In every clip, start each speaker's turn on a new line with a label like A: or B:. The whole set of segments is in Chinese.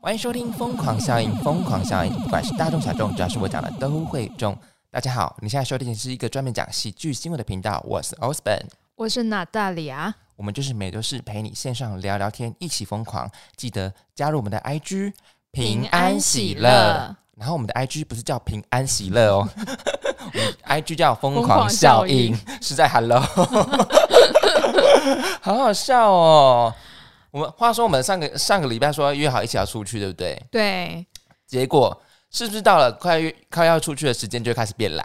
A: 欢迎收听《疯狂效应》，疯狂效应，不管是大众小众，只要是我讲的都会中。大家好，你现在收听的是一个专门讲喜剧新闻的频道，我是 Osborn。
B: 我是娜大里啊，
A: 我们就是每周四陪你线上聊聊天，一起疯狂。记得加入我们的 IG，
B: 平安喜乐。
A: 然后我们的 IG 不是叫平安喜乐哦， 我们 IG 叫疯
B: 疯
A: 狂
B: 狂
A: 效
B: 效
A: 应
B: 应，
A: 是在 Hello，好好笑哦。我们话说，我们上个上个礼拜说约好一起要出去，对不对？
B: 对
A: 结果是不是到了快约快要出去的时间就会开始变懒？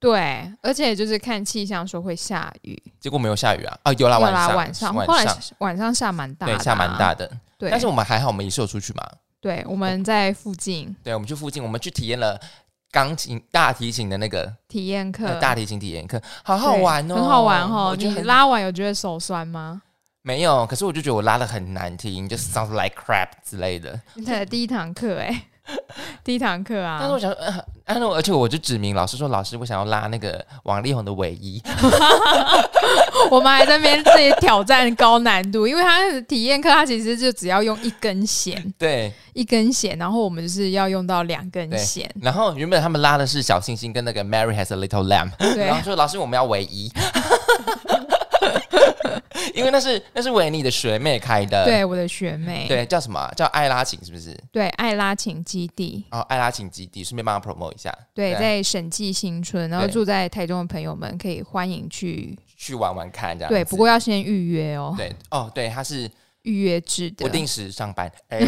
B: 对，而且就是看气象说会下雨，
A: 结果没有下雨啊，啊有啦，晚
B: 啦
A: 上
B: 晚上，
A: 晚
B: 后来
A: 上
B: 晚上下蛮大的、
A: 对下蛮大，的，
B: 对，
A: 但是我们还好，我们也是有出去嘛。
B: 对我们在附近
A: 对，我们去附近，我们去体验了钢琴大提琴的那个、
B: 体验课
A: 呃、，大提琴体验课，好
B: 对
A: 好玩哦，
B: 很好玩哦
A: 我。觉
B: 你
A: 得很
B: 拉完有觉得手酸吗？
A: 没有，可是我就觉得我拉的很难听，就 sounds like crap 之类的。
B: 你才第一堂课哎、 第一堂课
A: 但是我
B: 啊，
A: 想说，呃，啊那我而且我就指明老师说，老师我想要拉那个王力宏的尾衣，
B: 我们还在那边自己挑战高难度，因为他的体验课他其实就只要用一根弦，
A: 对，
B: 一根弦，然后我们就是要用到两根
A: 对
B: 弦，
A: 然后原本他们拉的是小星星跟那个 Mary has a little lamb，
B: 对
A: 然后说老师我们要唯一， 因为那是那是维尼的学妹开的，
B: 对，我的学妹，
A: 对叫什么啊叫艾拉琴是不是？
B: 对，爱拉琴基地，
A: 然后艾拉琴基地顺便帮他 promote 一下，
B: 对，
A: 对
B: 在审计新村，然后
A: 对
B: 住在台中的朋友们可以欢迎去，
A: 去玩玩看这样子。
B: 对，不过要先预约哦，
A: 对哦对，他是
B: 预约制的
A: 不，定时上班， 哎，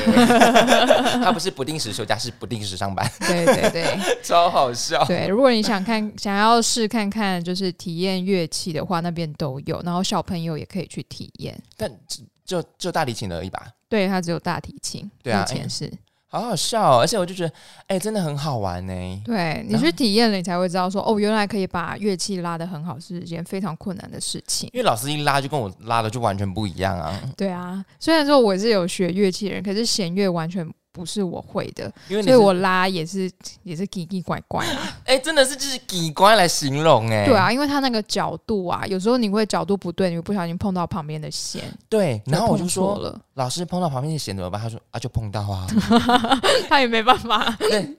A: 他不是不定时休假，是不定时上班，
B: 对对对
A: 超好笑。
B: 对。如果你想看，想要试看看，就是体验乐器的话，那边都有，然后小朋友也可以去体验。
A: 但只就就大提琴而已吧，
B: 对，它只有大提琴，
A: 对啊
B: 以前是，
A: 好好笑、哦，而且我就觉得，哎，真的很好玩欸呢、
B: 对你去体验了，你才会知道说，哦，原来可以把乐器拉得很好是一件非常困难的事情。
A: 因为老师一拉就跟我拉的就完全不一样啊，
B: 对啊，虽然说我是有学乐器的人，可是弦乐完全不是我会的，
A: 因为你
B: 所
A: 是
B: 以我拉也是也是奇奇怪怪啊。
A: 哎、真的是就是奇观来形容哎、
B: 对，啊，因为它那个角度啊，有时候你会角度不对，你会不小心碰到旁边的弦，
A: 对，然后我就
B: 碰错
A: 说
B: 了，
A: 老师碰到旁边的弦怎么办？他说啊就碰到啊，
B: 他也没办法。
A: 对，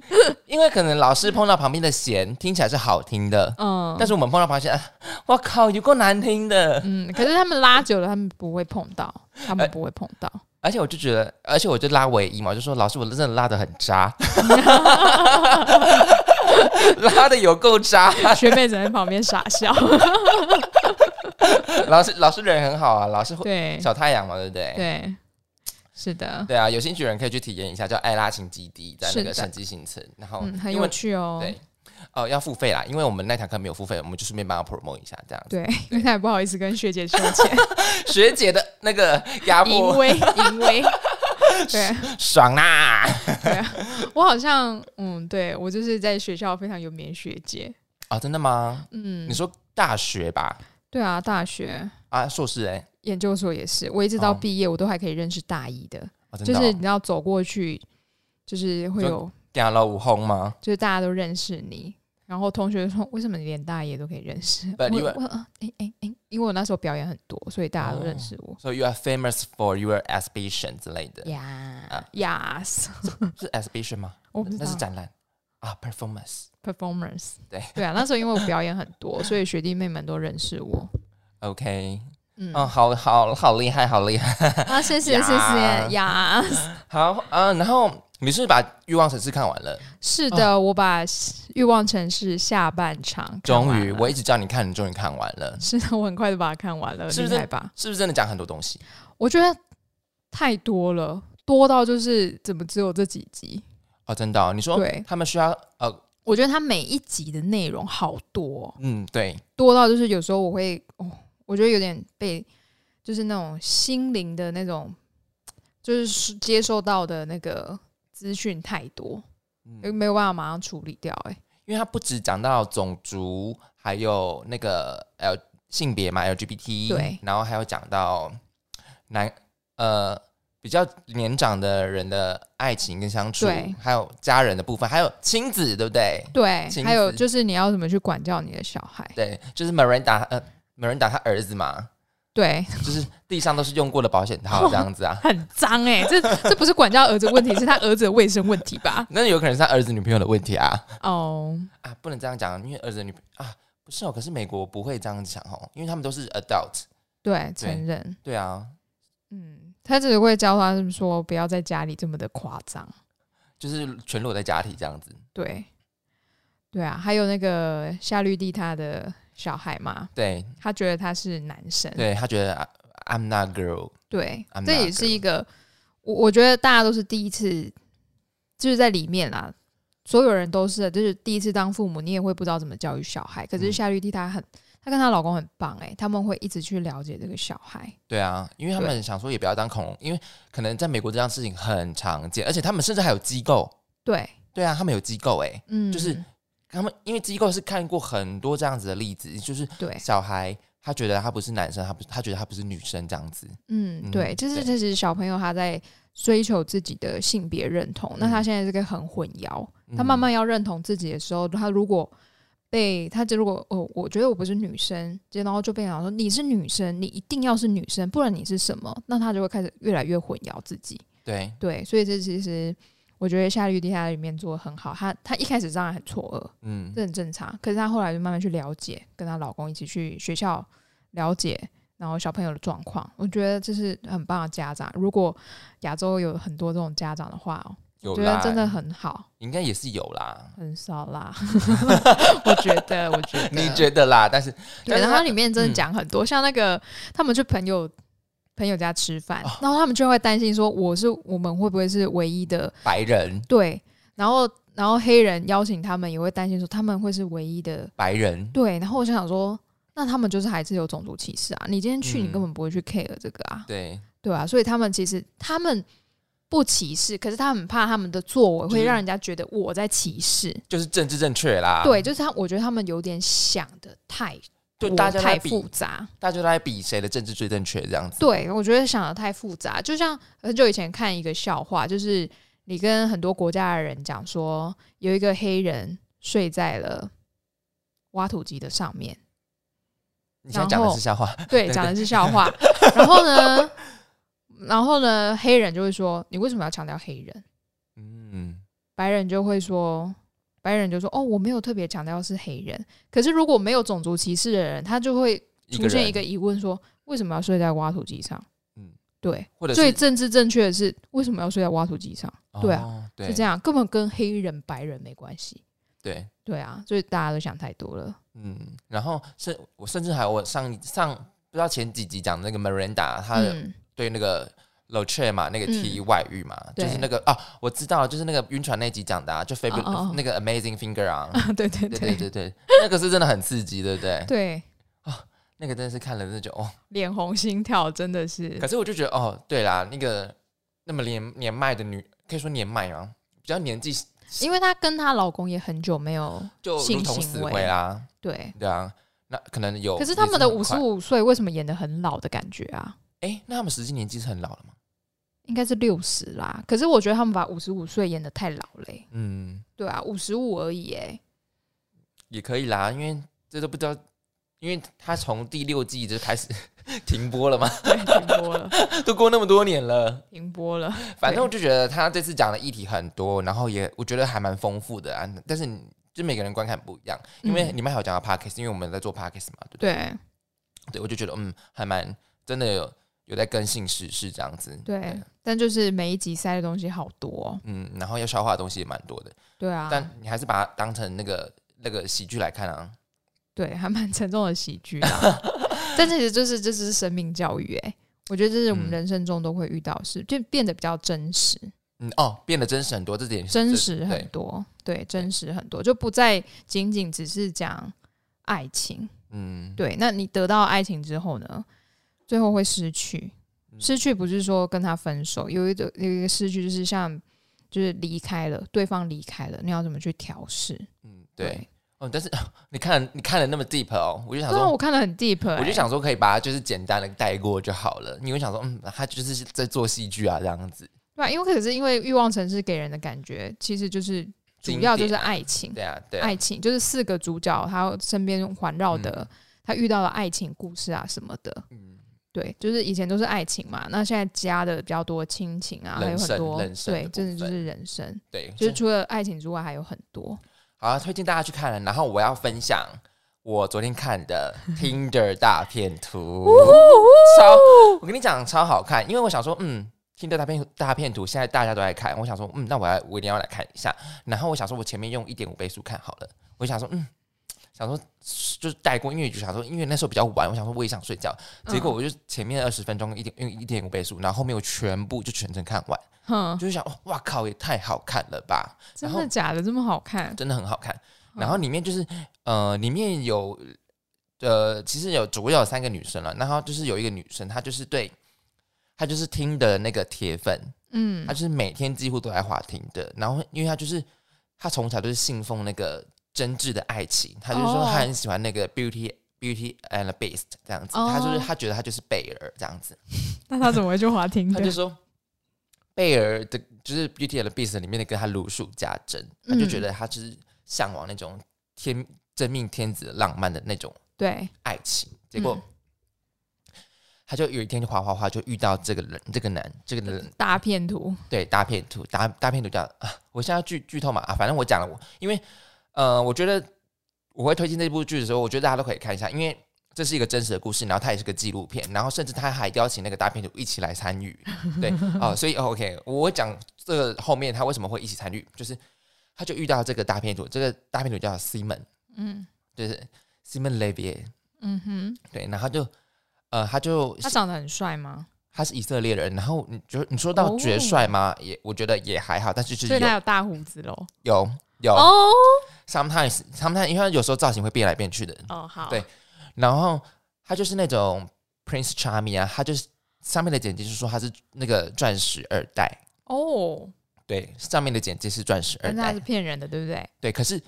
A: 因为可能老师碰到旁边的弦听起来是好听的，
B: 嗯
A: 但是我们碰到旁边的弦，啊我、靠，有够难听的。
B: 嗯，可是他们拉久了，他们不会碰到，他们
A: 呃
B: 不会碰 到。
A: 而且我就觉得，而且我就拉尾音嘛，我就说老师我真的拉的很渣， 拉的有够渣。
B: 学妹只能在旁边傻 笑。
A: 老师老师人很好啊，老师会
B: 对
A: 小太阳嘛，对不对？
B: 对，是的，
A: 对啊，有兴趣的人可以去体验一下，叫艾拉琴基地，在那个
B: 是的
A: 神机行程，然后、
B: 嗯，很
A: 因为
B: 有趣哦。
A: 对，哦，要付费啦，因为我们那堂课没有付费，我们就顺便帮他 promote 一下这样子。
B: 对，因为他也不好意思跟学 姐收钱，
A: 学姐的那个压
B: 淫
A: 迫
B: 威 淫威。对，
A: 爽啊啦！
B: 我好像，嗯，对我就是在学校非常有名的学姐，
A: 哦，真的吗？
B: 嗯
A: 你，说大学吧？
B: 对啊，大学
A: 啊，硕士哎、
B: 研究所也是，我一直到
A: 哦
B: 毕业，我都还可以认识大一的，
A: 哦，真
B: 就
A: 的、哦，
B: 是你知道走过去，就是会有，
A: 点了五轰吗？
B: 就是大家都认识你。然后同学说：“为什么你连大一都可以认识？”我
A: But you are-
B: 我呃哎哎哎，因为我那时候表演很多，所以大家都
A: 哦
B: 认识我。
A: So you are famous for your exhibition 之类的，
B: 呀 yes，
A: 是 exhibition 吗？
B: 我不知
A: 啊那是
B: 道
A: 展览啊，performance。
B: performance。
A: 对
B: 对啊，那时候因为我表演很多，所以学弟妹们都认识我。
A: OK，
B: 嗯，
A: 哦，好好好厉害，好厉害。
B: 啊，谢谢谢
A: 呀
B: 谢呀。
A: 好啊、呃然后你是不是把《欲望城市》看完了？
B: 是的，
A: 哦
B: 我把《欲望城市》下半场看
A: 终
B: 完
A: 于，
B: 了
A: 我一直叫你看，你终于看完了，
B: 是的，我很快就把它看完了，
A: 是不
B: 厉
A: 是
B: 害吧？
A: 是不是真的讲很多东西？
B: 我觉得太多了，多到就是怎么只有这几集？
A: 哦，真的哦、你说
B: 对
A: 他们需要呃，
B: 我觉得它每一集的内容好多哦，
A: 嗯，对，
B: 多到就是有时候我会哦，我觉得有点被就是那种心灵的那种，就是接收到的那个资讯太多，
A: 嗯，
B: 没有办法马上处理掉、欸。哎，
A: 因为他不止讲到种族，还有那个 L 性别嘛，LGBT，
B: 对
A: 然后还有讲到男呃比较年长的人的爱情跟相处
B: 对，
A: 还有家人的部分，还有亲子，对不对？
B: 对，
A: 亲
B: 还有
A: 子
B: 就是你要怎么去管教你的小孩。
A: 对，就是 Miranda 呃 Miranda 他儿子嘛，
B: 对，
A: 就是地上都是用过的保险 套这样子啊。
B: 很脏哎、这这不是管教儿子问题，是他儿子的卫生问题吧？
A: 那有可能是他儿子女朋友的问题啊
B: 哦、
A: 啊，不能这样讲，因为儿子的女朋啊不是哦，可是美国不会这样讲哦，因为他们都是 adult。
B: 对，承认，
A: 对啊，
B: 嗯，他只会教他说不要在家里这么的夸张。
A: 就是全裸在家里这样子。
B: 对，对啊，还有那个夏绿蒂她的小孩嘛，
A: 对，
B: 他觉得他是男生，
A: 对他觉得啊 I'm not girl，
B: 对
A: I'm
B: 这
A: not
B: 也是一个我我觉得大家都是第一次，就是在里面啦，所有人都是，就是第一次当父母，你也会不知道怎么教育小孩。可是
A: 嗯
B: 夏绿蒂她很，她跟她老公很棒哎、他们会一直去了解这个小孩，
A: 对啊，因为他们想说也不要当恐龙，因为可能在美国这样事情很常见，而且他们甚至还有机构。
B: 对，
A: 对啊，他们有机构哎、
B: 嗯，
A: 就是他们因为机构是看过很多这样子的例子，就是
B: 对，
A: 小孩他觉得他不是男生，他不他觉得他不是女生这样子。
B: 嗯，对，
A: 嗯
B: 就是
A: 对
B: 其实小朋友他在追求自己的性别认同，那他
A: 嗯
B: 现在这个很混淆，他
A: 嗯
B: 慢慢要认同自己的时候，他如果被他就如果哦，我觉得我不是女生，然后就被讲说你是女生，你一定要是女生，不然你是什么？那他就会开始越来越混淆自己。
A: 嗯对
B: 对，所以这其实我觉得夏绿蒂她里面做的很好，她她一开始当然很错愕，
A: 嗯
B: 这很正常。可是她后来就慢慢去了解，跟她老公一起去学校了解，然后小朋友的状况，我觉得这是很棒的家长。如果亚洲有很多这种家长的话哦，
A: 有
B: 我觉
A: 啦
B: 得，真的很好。
A: 应该也是有啦。
B: 很少 啦，我觉得，我觉得，
A: 你觉得啦？但是
B: 对，
A: 但是
B: 然后
A: 他
B: 它里面真的
A: 嗯
B: 讲很多，像那个他们去朋友朋友家吃饭，
A: 哦
B: 然后他们就会担心说，我是我们会不会是唯一的
A: 白人，
B: 对，然后然后黑人邀请他们也会担心说他们会是唯一的
A: 白人，
B: 对，然后我就想说，那他们就是还是有种族歧视啊，你今天去
A: 嗯
B: 你根本不会去 care 这个啊，
A: 对，
B: 对啊，所以他们其实他们。不歧视，可是他很怕他们的作为
A: 就
B: 会
A: 是
B: 让人家觉得我在歧视。
A: 就是政治正确啦。
B: 对，就是他，我觉得他们有点想的太
A: 对，
B: 多
A: 大家都在
B: 太
A: 比
B: 复杂。
A: 大家都在比谁的政治最正确这样子。
B: 对，我觉得想的太复杂。就像很久以前看一个笑话，就是你跟很多国家的人讲说，有一个黑人睡在了挖土机的上面，
A: 你现在讲的
B: 然后
A: 是笑话，
B: 对，讲的是笑话。 然后呢，然后呢，黑人就会说，你为什么要强调黑人？
A: 嗯，
B: 白人就会说，白人就说，哦，我没有特别强调是黑人。可是如果没有种族歧视的人，他就会
A: 一
B: 出
A: 个
B: 现
A: 人
B: 一个疑问说，为什么要睡在挖土机上？
A: 嗯
B: 嗯，对。
A: 或者
B: 最
A: 是
B: 政治正确的是，为什么要睡在挖土机上？对啊
A: 哦对
B: 是这样，根本跟黑人、白人没关系。
A: 对，
B: 对啊，所以大家都想太多了。
A: 嗯，然后甚我甚至还有我上一上不知道前几集讲的那个 Miranda，她
B: 嗯，
A: 对那个 l o c h e 嘛，那个
B: 嗯
A: T 外遇嘛，
B: 对
A: 就是那个啊，我知道了，就是那个晕船那集讲的、啊，就 Fabul
B: 哦哦哦
A: 那个 Amazing Finger 啊，
B: 对对
A: 对对
B: 对
A: 对对，那个是真的很刺激，对不对？
B: 对，
A: 那个真的是看了那就哦，
B: 脸红心跳真的是
A: 可是我就觉得哦，对啦，那个那么年年迈的女，可以说年迈啊，比较年纪
B: 因为她跟她老公也很久没有
A: 就如
B: 性
A: 同
B: 行
A: 死
B: 为
A: 灰啦，
B: 对，
A: 对啊，那可能有，
B: 可是他们的
A: 也很
B: 五十
A: 快，
B: 五岁为什么演的很老的感觉啊？
A: 哎，那他们实际年纪是很老了嘛？
B: 应该是六十啦，可是我觉得他们把五十五岁演的太老嘞、
A: 嗯，
B: 对啊，五十五而已哎、
A: 也可以啦，因为这都不知道，因为他从第六季就开始 停播了嘛，
B: 对停播了，
A: 都过那么多年了。
B: 停播了。
A: 反正我就觉得他这次讲的议题很多，然后也我觉得还蛮丰富的啊。但是你就每个人观看不一样，因为
B: 嗯
A: 你们还有讲到 podcast，因为我们在做 podcast 嘛，对不对？
B: 对
A: 对，我就觉得嗯，还蛮真的有有在更新时事这样子。
B: 对，但就是每一集塞的东西好多、哦。
A: 嗯，然后要消化的东西也蛮多的，
B: 对啊，
A: 但你还是把它当成那个那个喜剧来看啊。
B: 对，还蛮沉重的喜 剧啦。但其实就是这只是生命教育、欸，我觉得这是我们
A: 嗯
B: 人生中都会遇到的事，就变得比较真实，
A: 嗯，哦，变得真实很多，这点是
B: 真
A: 这
B: 实
A: 对
B: 很多，对，真实很多，就不再仅仅只是讲爱情。
A: 嗯，
B: 对，那你得到爱情之后呢，最后会失去，
A: 嗯
B: 失去不是说跟他分手，有一种有一个失去就是像就是离开了，对方离开了，你要怎么去调试？
A: 嗯，对。哦，但是 你看你看了那么 deep 哦，我就想
B: 对啊，
A: 说，
B: 我看得很 deep，、欸、
A: 我就想说可以把它就是简单的带过就好了。你会想说，嗯，他就是在做戏剧啊这样子，
B: 对、啊，因为可是因为欲望城市给人的感觉，其实就是主
A: 经
B: 要就是
A: 典啊
B: 爱情，
A: 对啊，对啊
B: 爱情就是四个主角他身边环绕的，他遇到了爱情故事啊什么的。
A: 嗯，
B: 对，就是以前都是爱情嘛，那现在加的比较多亲情啊，还有
A: 人
B: 很
A: 生
B: 多
A: 人生
B: 对，
A: 的
B: 真的
A: 部
B: 就
A: 分
B: 是人生，
A: 对，
B: 就是除了爱情之外还有很多。
A: 好啊，推荐大家去看了。然后我要分享我昨天看的 Tinder 大片图，超，我跟你讲超好看，因为我想说，嗯。Tinder 大片大片图，现在大家都在看，我想说，嗯，那我要我一定要来看一下。然后我想说，我前面用一点五倍速看好了，我想说，嗯，想说就是带过，因为就想说，因为那时候比较晚，我想说我也想睡觉，结果我就前面二十分钟一点用一点五倍速，然后后面我全部就全程看完，
B: 哼，
A: 就是想，哦哇靠，也太好看了吧！
B: 真
A: 然
B: 的
A: 后
B: 假的这么好看？
A: 真的很好看。
B: 嗯
A: 然后里面就是呃，里面有呃，其实有主要有三个女生了，然后就是有一个女生，她就是对。她就是听的那个铁粉，
B: 嗯
A: 她就是每天几乎都在滑听的。然后，因为她就是她从小就是信奉那个真挚的爱情，她就是说
B: 哦
A: 她很喜欢那个 Beauty、Beauty and the Beast 这样子。她就是
B: 哦
A: 她觉得她就是贝尔这样子。
B: 那他怎么会去滑 听
A: 他就
B: 的？
A: 说贝尔的，就是《Beauty and the Beast》里面的跟他如数家珍，他就觉得他就是向往那种天真命天子浪漫的那种
B: 对，
A: 爱情，结果。
B: 嗯
A: 他就有一天就滑滑滑，就遇到这个人，这个男，这个人
B: 大片图，
A: 对大片图，大大片图叫啊，我现在要剧剧透嘛啊，反正我讲了我，因为呃，我觉得我会推荐这部剧的时候，我觉得大家都可以看一下，因为这是一个真实的故事，然后它也是个纪录片，然后甚至他还邀请那个大片组一起来参 与，对哦，所以哦 OK，我讲这个后面他为什么会一起参与，就是他就遇到这个大片组，这个大片组叫 Simon，
B: 嗯
A: 就是 Simon Levier，
B: 嗯哼，
A: 对，然后他就呃，他就
B: 他长得很帅吗？
A: 他是以色列人，然后你就你说到绝帅吗？也我觉得也还好，但是就是
B: 哦所以
A: 有
B: 他有大胡子喽。
A: 有有、
B: 哦
A: sometimes sometimes，因为他有时候造型会变来变去的。
B: 哦，好，
A: 对然后他就是那种 Prince Charming 啊，他就是上面的简介就是说他是那个钻石二代，
B: 哦，
A: 对，上面的简介是钻石二
B: 但是他
A: 代
B: 是，骗人的，对不对？
A: 对。可是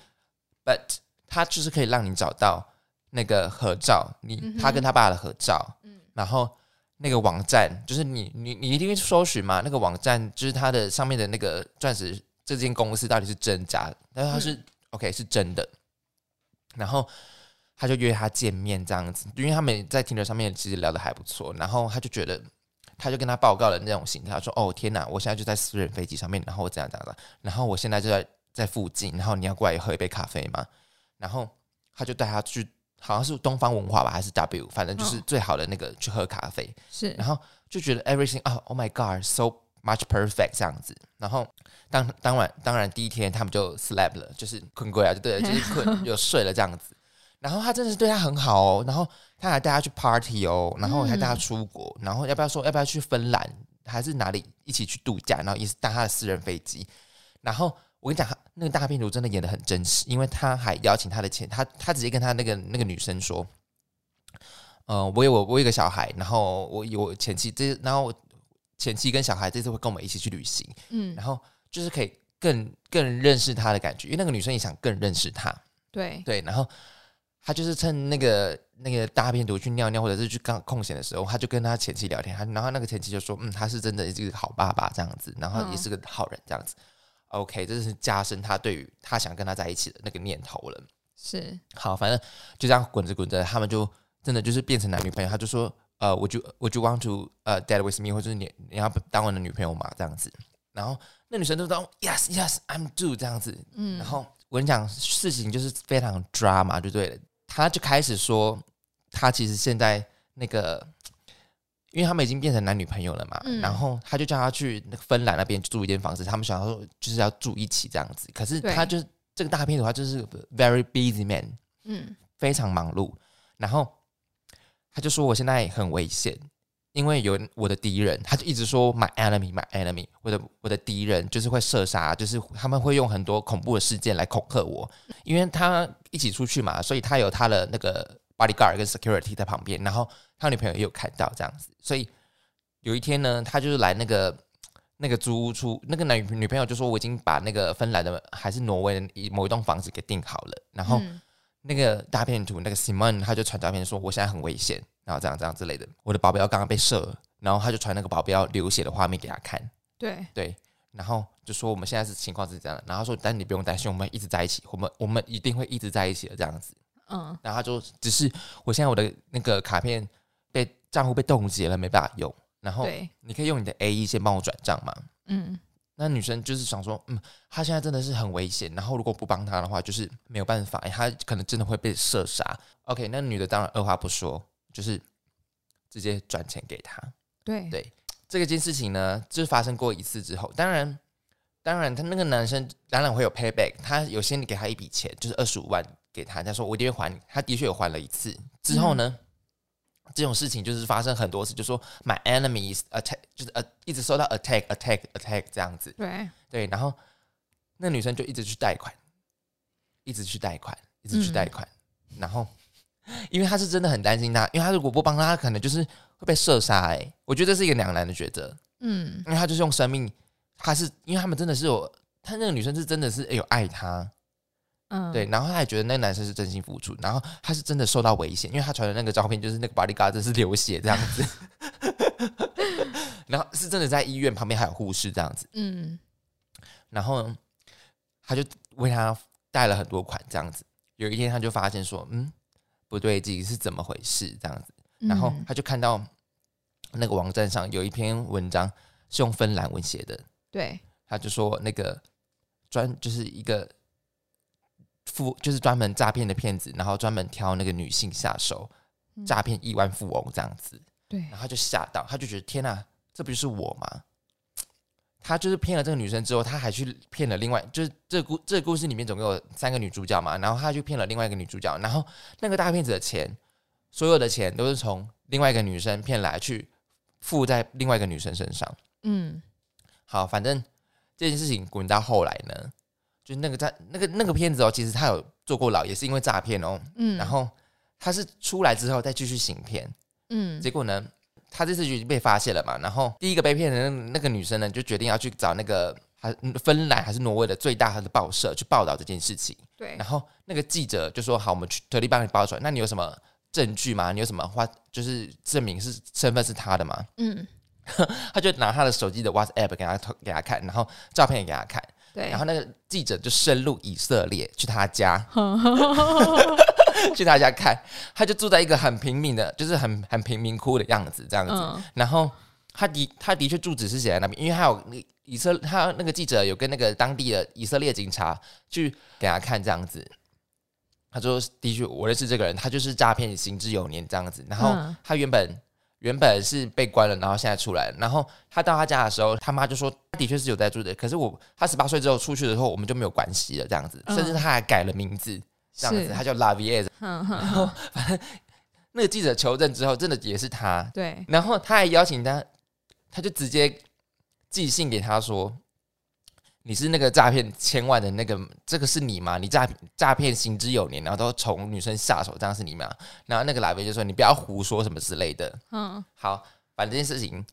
A: but 他就是可以让你找到那个合照，你、
B: 嗯哼
A: 他跟他爸的合照，
B: 嗯
A: 然后。那个网站就是你你你一定会搜寻嘛？那个网站就是它的上面的那个钻石这间公司到底是真假？但是它
B: 嗯
A: 是、OK 是真的，然后他就约他见面这样子，因为他们在 Tinder 上面其实聊得还不错，然后他就觉得，他就跟他报告了那种形态，他说：“哦天哪，我现在就在私人飞机上面，然后我怎样怎样，怎样然后我现在就在在附近，然后你要过来喝一杯咖啡吗？”然后他就带他去，好像是东方文化吧，还是 W，反正就是
B: 嗯
A: 最好的那个去喝咖啡，
B: 是嗯
A: 然后就觉得 everything 啊、o h my God，so much perfect 这样子。然后当当晚当然第一天他们就 slept 了，就是困过啊，就对了，就是困有睡了这样子。然后他真的是对他很好哦，然后他还带他去 party 哦，然后还带他出国，然后要不要说要不要去芬兰还是哪里一起去度假，然后也是搭他的私人飞机。然后我跟你讲，他那个大病毒真的演的很真实，因为他还邀请他的前他他直接跟他那个那个女生说，呃，我有我我有一个小孩，然后我有前妻，这然后我前妻跟小孩这次会跟我们一起去旅行，
B: 嗯，
A: 然后就是可以更更认识他的感觉，因为那个女生也想更认识他，
B: 对，
A: 对，然后他就是趁那个那个大便毒去尿尿或者是去刚空闲的时候，他就跟他前妻聊天，他然后那个前妻就说，嗯，他是真的是个好爸爸这样子，然后也
B: 嗯
A: 是个好人这样子。OK，这是加深他对于他想跟他在一起的那个念头了。
B: 是
A: 好，反正就这样滚着滚着，他们就真的就是变成男女朋友。他就说，呃，我就我就 want to 呃 date with me，或者是你你要当我的女朋友嘛，这样子。然后那女生就说哦 yes yes I'm do 这样子。
B: 嗯，
A: 然后我跟你讲，事情就是非常 drama 就对了。他就开始说，他其实现在那个。因为他们已经变成男女朋友了嘛，
B: 嗯
A: 然后他就叫他去那个芬兰那边住一间房子，他们想要说就是要住一起这样子。可是
B: 对
A: 他就这个大片的话，就是 very busy man，
B: 嗯
A: 非常忙碌，然后他就说我现在很危险，因为有我的敌人，他就一直说 my enemy my enemy，我的我的敌人就是会射杀，就是他们会用很多恐怖的事件来恐吓我，因为他一起出去嘛，所以他有他的那个 bodyguard 跟 security 在旁边，然后他女朋友也有看到这样子，所以有一天呢，他就是来那个。那个租屋处，那个男女女朋友就说我已经把那个芬兰的还是挪威的一某一栋房子给订好了，然后
B: 嗯
A: 那个大片图，那个 Simon 他就传照片说我现在很危险，然后这样这样之类的。我的保镖刚刚被射了，然后他就传那个保镖流血的画面给他看，
B: 对，
A: 对，然后就说我们现在是情况是这样的，然后他说但你不用担心，我们一直在一起，我们我们一定会一直在一起的这样子。
B: 嗯
A: 然后他就只是我现在我的那个卡片被账户被冻结了，没办法用。然后
B: 对，
A: 你可以用你的 A E 先帮我转账吗？
B: 嗯，
A: 那女生就是想说，嗯，她现在真的是很危险，然后如果不帮她的话，就是没有办法，哎她可能真的会被射杀。OK，那女的当然二话不说，就是直接转钱给她。
B: 对
A: 对这个件事情呢，就是发生过一次之后，当然，当然，他那个男生当然会有 payback，他有先给他一笔钱，就是二十五万给他，他说我一定会还你，他的确有还了一次。之后呢，这种事情就是发生很多次，就说 my enemy is attack，就是呃一直收到 attack attack attack 这样子，
B: 对，
A: 对，然后那女生就一直去贷款，一直去贷款，一直去贷款，然后因为她是真的很担心她，因为她如果不帮她，她可能就是会被射杀。哎，我觉得这是一个两难的抉择，
B: 嗯
A: 因为她就是用生命，她是因为他们真的是有，她那个女生是真的是有爱他，
B: 嗯，
A: 对，然后她也觉得那个男生是真心付出，然后她是真的受到危险，因为她传的那个照片就是那个 bodyguard 真是流血这样子， 然后是真的在医院旁边还有护士这样子。
B: 嗯
A: 然后呢他就为他贷了很多款这样子。有一天他就发现说，嗯，不对劲，是怎么回事这样子？
B: 嗯，
A: 然后他就看到那个网站上有一篇文章是用芬兰文写的，
B: 对，
A: 他就说那个专就是一个富就是专门诈骗的骗子，然后专门挑那个女性下手，
B: 嗯
A: 诈骗亿万富翁这样子。
B: 对
A: 然后他就吓到，他就觉得天哪、这不就是我吗？他就是骗了这个女生之后，他还去骗了另外，就是这故这个故事里面总共有三个女主角嘛，然后他去骗了另外一个女主角，然后那个大骗子的钱，所有的钱都是从另外一个女生骗来去付在另外一个女生身上。
B: 嗯
A: 好，反正这件事情滚到后来呢，就那个诈那个那个骗子哦，其实他有坐过牢，也是因为诈骗哦，
B: 嗯，
A: 然后他是出来之后再继续行骗，
B: 嗯
A: 结果呢，他这次就已经被发现了嘛。然后第一个被骗的那那个女生呢，就决定要去找那个还芬兰还是挪威的最大的报社去报道这件事情。
B: 对
A: 然后那个记者就说：“好，我们去特地帮你报出来。那你有什么证据吗？你有什么话就是证明是身份是他的吗
B: 嗯？”
A: 他就拿他的手机的 WhatsApp 给他给他看，然后照片也给他看。
B: 对，
A: 然后那个记者就深入以色列去他家，
B: 后
A: 去他家看，他就住在一个很平民的，就是很很贫民窟的样子，这样子。
B: 嗯
A: 然后他的他的确住址是写在那边，因为他有那以色他那个记者有跟那个当地的以色列警察去给他看这样子。他说：“的确，我认识这个人，他就是诈骗行之有年这样子。然后
B: 嗯
A: 他原本原本是被关了，然后现在出来了。然后他到他家的时候，他妈就说他的确是有在住的，可是我他十八岁之后出去的时候，我们就没有关系了这样子，
B: 嗯
A: 甚至他还改了名字这样子，
B: 是
A: 他叫 Lavier
B: 嗯哼
A: 然后反正那个记者求证之后，真的也是他，
B: 对，
A: 然后他还邀请他，他就直接寄信给他说：“你是那个诈骗千万的那个，这个是你吗？你诈诈骗行之有年，然后都从女生下手，这样是你吗？”然后那个来宾就说：“你不要胡说什么之类的。
B: 嗯”
A: 好，反正这件事情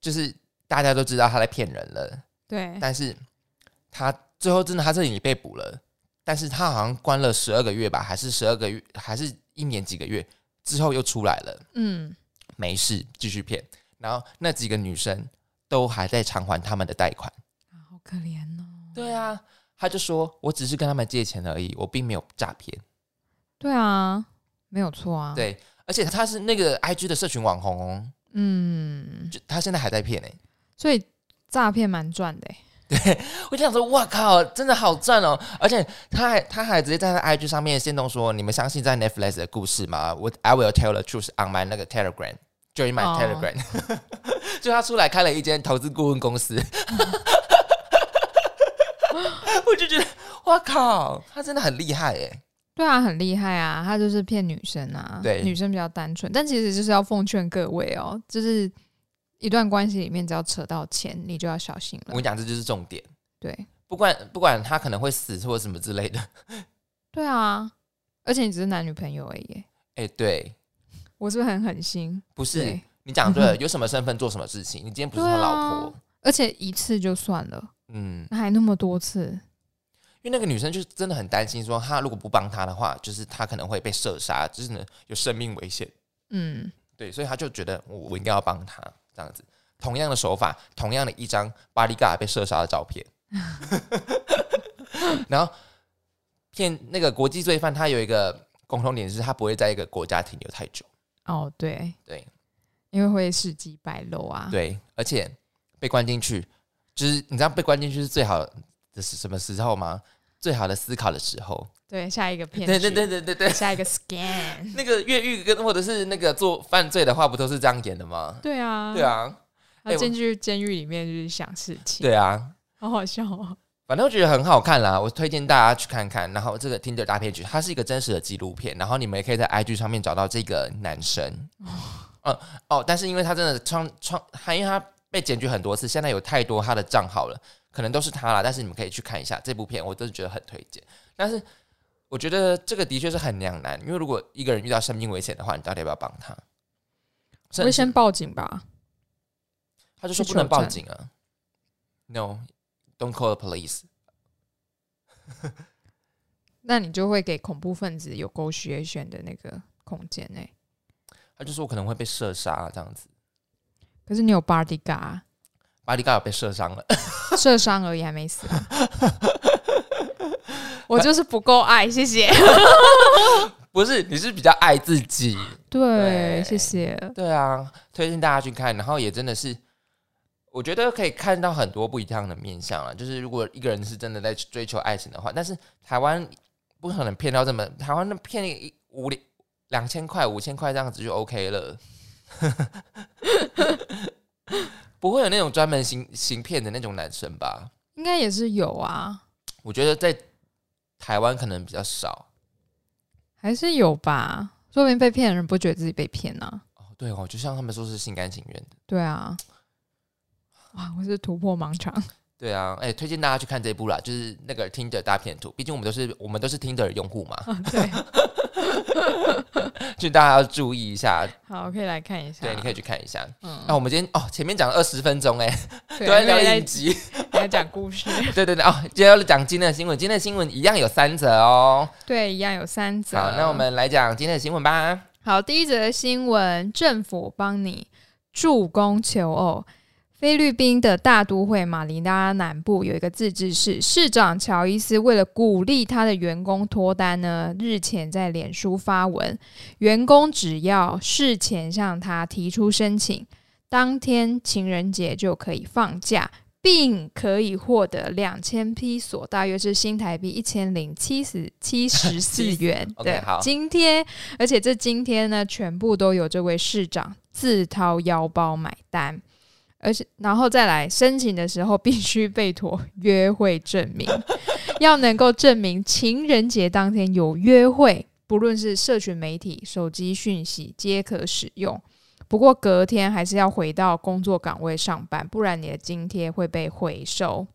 A: 就是大家都知道他在骗人了，
B: 对，
A: 但是他最后真的他这里被捕了，但是他好像关了十二个月吧，还是十二个月，还是一年几个月之后又出来了，
B: 嗯
A: 没事，继续骗。然后那几个女生都还在偿还他们的贷款。
B: 啊好可怜哦，
A: 对啊，他就说我只是跟他们借钱而已，我并没有诈骗。
B: 对啊，没有错啊，，
A: 对，而且他是那个 IG 的社群网红、哦，
B: 嗯，
A: 就他现在还在骗呢、欸
B: 所以诈骗蛮赚的欸，
A: 我就想说，哇靠，真的好赚哦！而且他还他还直接在他 IG 上面先动说：“你们相信在 Netflix 的故事吗？”我 I will tell the truth on my 那个 Telegram。Join my
B: 哦
A: Telegram，、就 他出来开了一间投资顾问公司， 我就觉得哇靠，他真的很厉害耶！
B: 对啊，很厉害啊，他就是骗女生啊，
A: 对
B: 女生比较单纯，但其实就是要奉劝各位哦，就是一段关系里面只要扯到钱，你就要小心
A: 我
B: 了
A: 跟你，讲，这就是重点，
B: 对，
A: 不管不管他可能会死或什么之类的，
B: 对啊，而且你只是男女朋友而已欸，
A: 哎、对，
B: 我是不是很狠心？
A: 不是
B: 对，
A: 你讲对 了，有什么身份做什么事情，你今天不是他
B: 对啊
A: 老婆，
B: 而且一次就算了，
A: 嗯，
B: 还那么多次，
A: 因为那个女生就真的很担心，说她如果不帮她的话，就是她可能会被射杀，就是呢有生命危险。
B: 嗯，
A: 对，所以她就觉得嗯我我应该要帮她这样子。同样的手法，同样的一张巴里嘎被射杀的照片， 然后骗那个国际罪犯，他有一个共同点是，他不会在一个国家停留太久。
B: 哦，对，
A: 对，
B: 因为会事迹败露啊。，
A: 对，而且被关进去，就是你知道被关进去是最好的是什么时候吗？最好的思考的时候。
B: 对，下一个片
A: 对对对
B: 局，
A: 对对对，
B: 下一个 scan，
A: 那个越狱跟或者是那个做犯罪的话，不都是这样演的吗？
B: 对啊，
A: 对，啊，
B: 他
A: 哎我
B: 进去监狱里面就是想事情，
A: 对啊，
B: 好好笑哦。
A: 反正我觉得很好看啦，我推荐大家去看看。然后这个 Tinder 大骗局，它是一个真实的纪录片，然后你们也可以在 IG 上面找到这个男生。嗯哦，但是因为他真的创创，他因为他被检举很多次，现在有太多他的账号了，可能都是他啦。但是你们可以去看一下这部片，我真的觉得很推荐。但是我觉得这个的确是很两难，因为如果一个人遇到生命危险的话，你到底要不要帮他？
B: 我
A: 甚
B: 会
A: 至
B: 先报警吧，
A: 他就说
B: 去
A: 不能
B: 求
A: 报
B: 证
A: 警啊，No，don't call the police。
B: 那你就会给恐怖分子有 negotiation 的那个空间欸诶、
A: 他就说我可能会被射杀、这样子。
B: 可是你有 bodyguard，啊
A: 巴迪盖尔被射伤了，
B: 射伤而已，还没死、啊。我就是不够爱，谢谢。
A: 不是，你是比较爱自己， 对
B: 对，谢谢。
A: 对啊，推荐大家去看，然后也真的是，我觉得可以看到很多不一样的面相啊。就是如果一个人是真的在追求爱情的话，但是台湾不可能骗到这么，台湾那骗一五两两千块、五千块这样子就 OK 了， 不会有那种专门行行骗的那种男生吧？
B: 应该也是有啊，
A: 我觉得在台湾可能比较少。
B: 还是有吧。说不定被骗的人不觉得自己被骗呢、啊。
A: 哦，对哦，就像他们说是心甘情愿的。
B: 对啊，哇，我是突 破盲肠。
A: 对啊，哎、推荐大家去看这部啦，就是那个 Tinder 大片图，毕竟我们都是我们都是 Tinder 的用户嘛，
B: 对，
A: 就大家要注意一下。
B: 好，我可以来看一下。
A: 对，你可以去看一下。
B: 啊嗯
A: 那、我们今天哦，前面讲了二十分钟、哎，都
B: 对
A: 在聊
B: 还
A: 影集。
B: 还在讲故事。
A: 对对对，哦，今天要讲今天的新闻，今天的新闻一样有三则哦。
B: 对，一样有三则。
A: 好，那我们来讲今天的新闻吧。
B: 好，第一则新闻，政府帮你助攻求偶。菲律宾的大都会马尼拉南部有一个自治市，市长乔伊斯为了鼓励他的员工脱单呢，日前在脸书发文，员工只要事前向他提出申请，当天情人节就可以放假，并可以获得两千披索，大约是新台币一千零七十七十四 元
A: OK，
B: 的
A: 好
B: 津贴，而且这津贴呢，全部都由这位市长自掏腰包买单。而且，然后再来申请的时候，必须备妥约会证明， 要能够证明情人节当天有约会，不论是社群媒体、手机讯息皆可使用。不过隔天还是要回到工作岗位上班，不然你的津贴会被回收。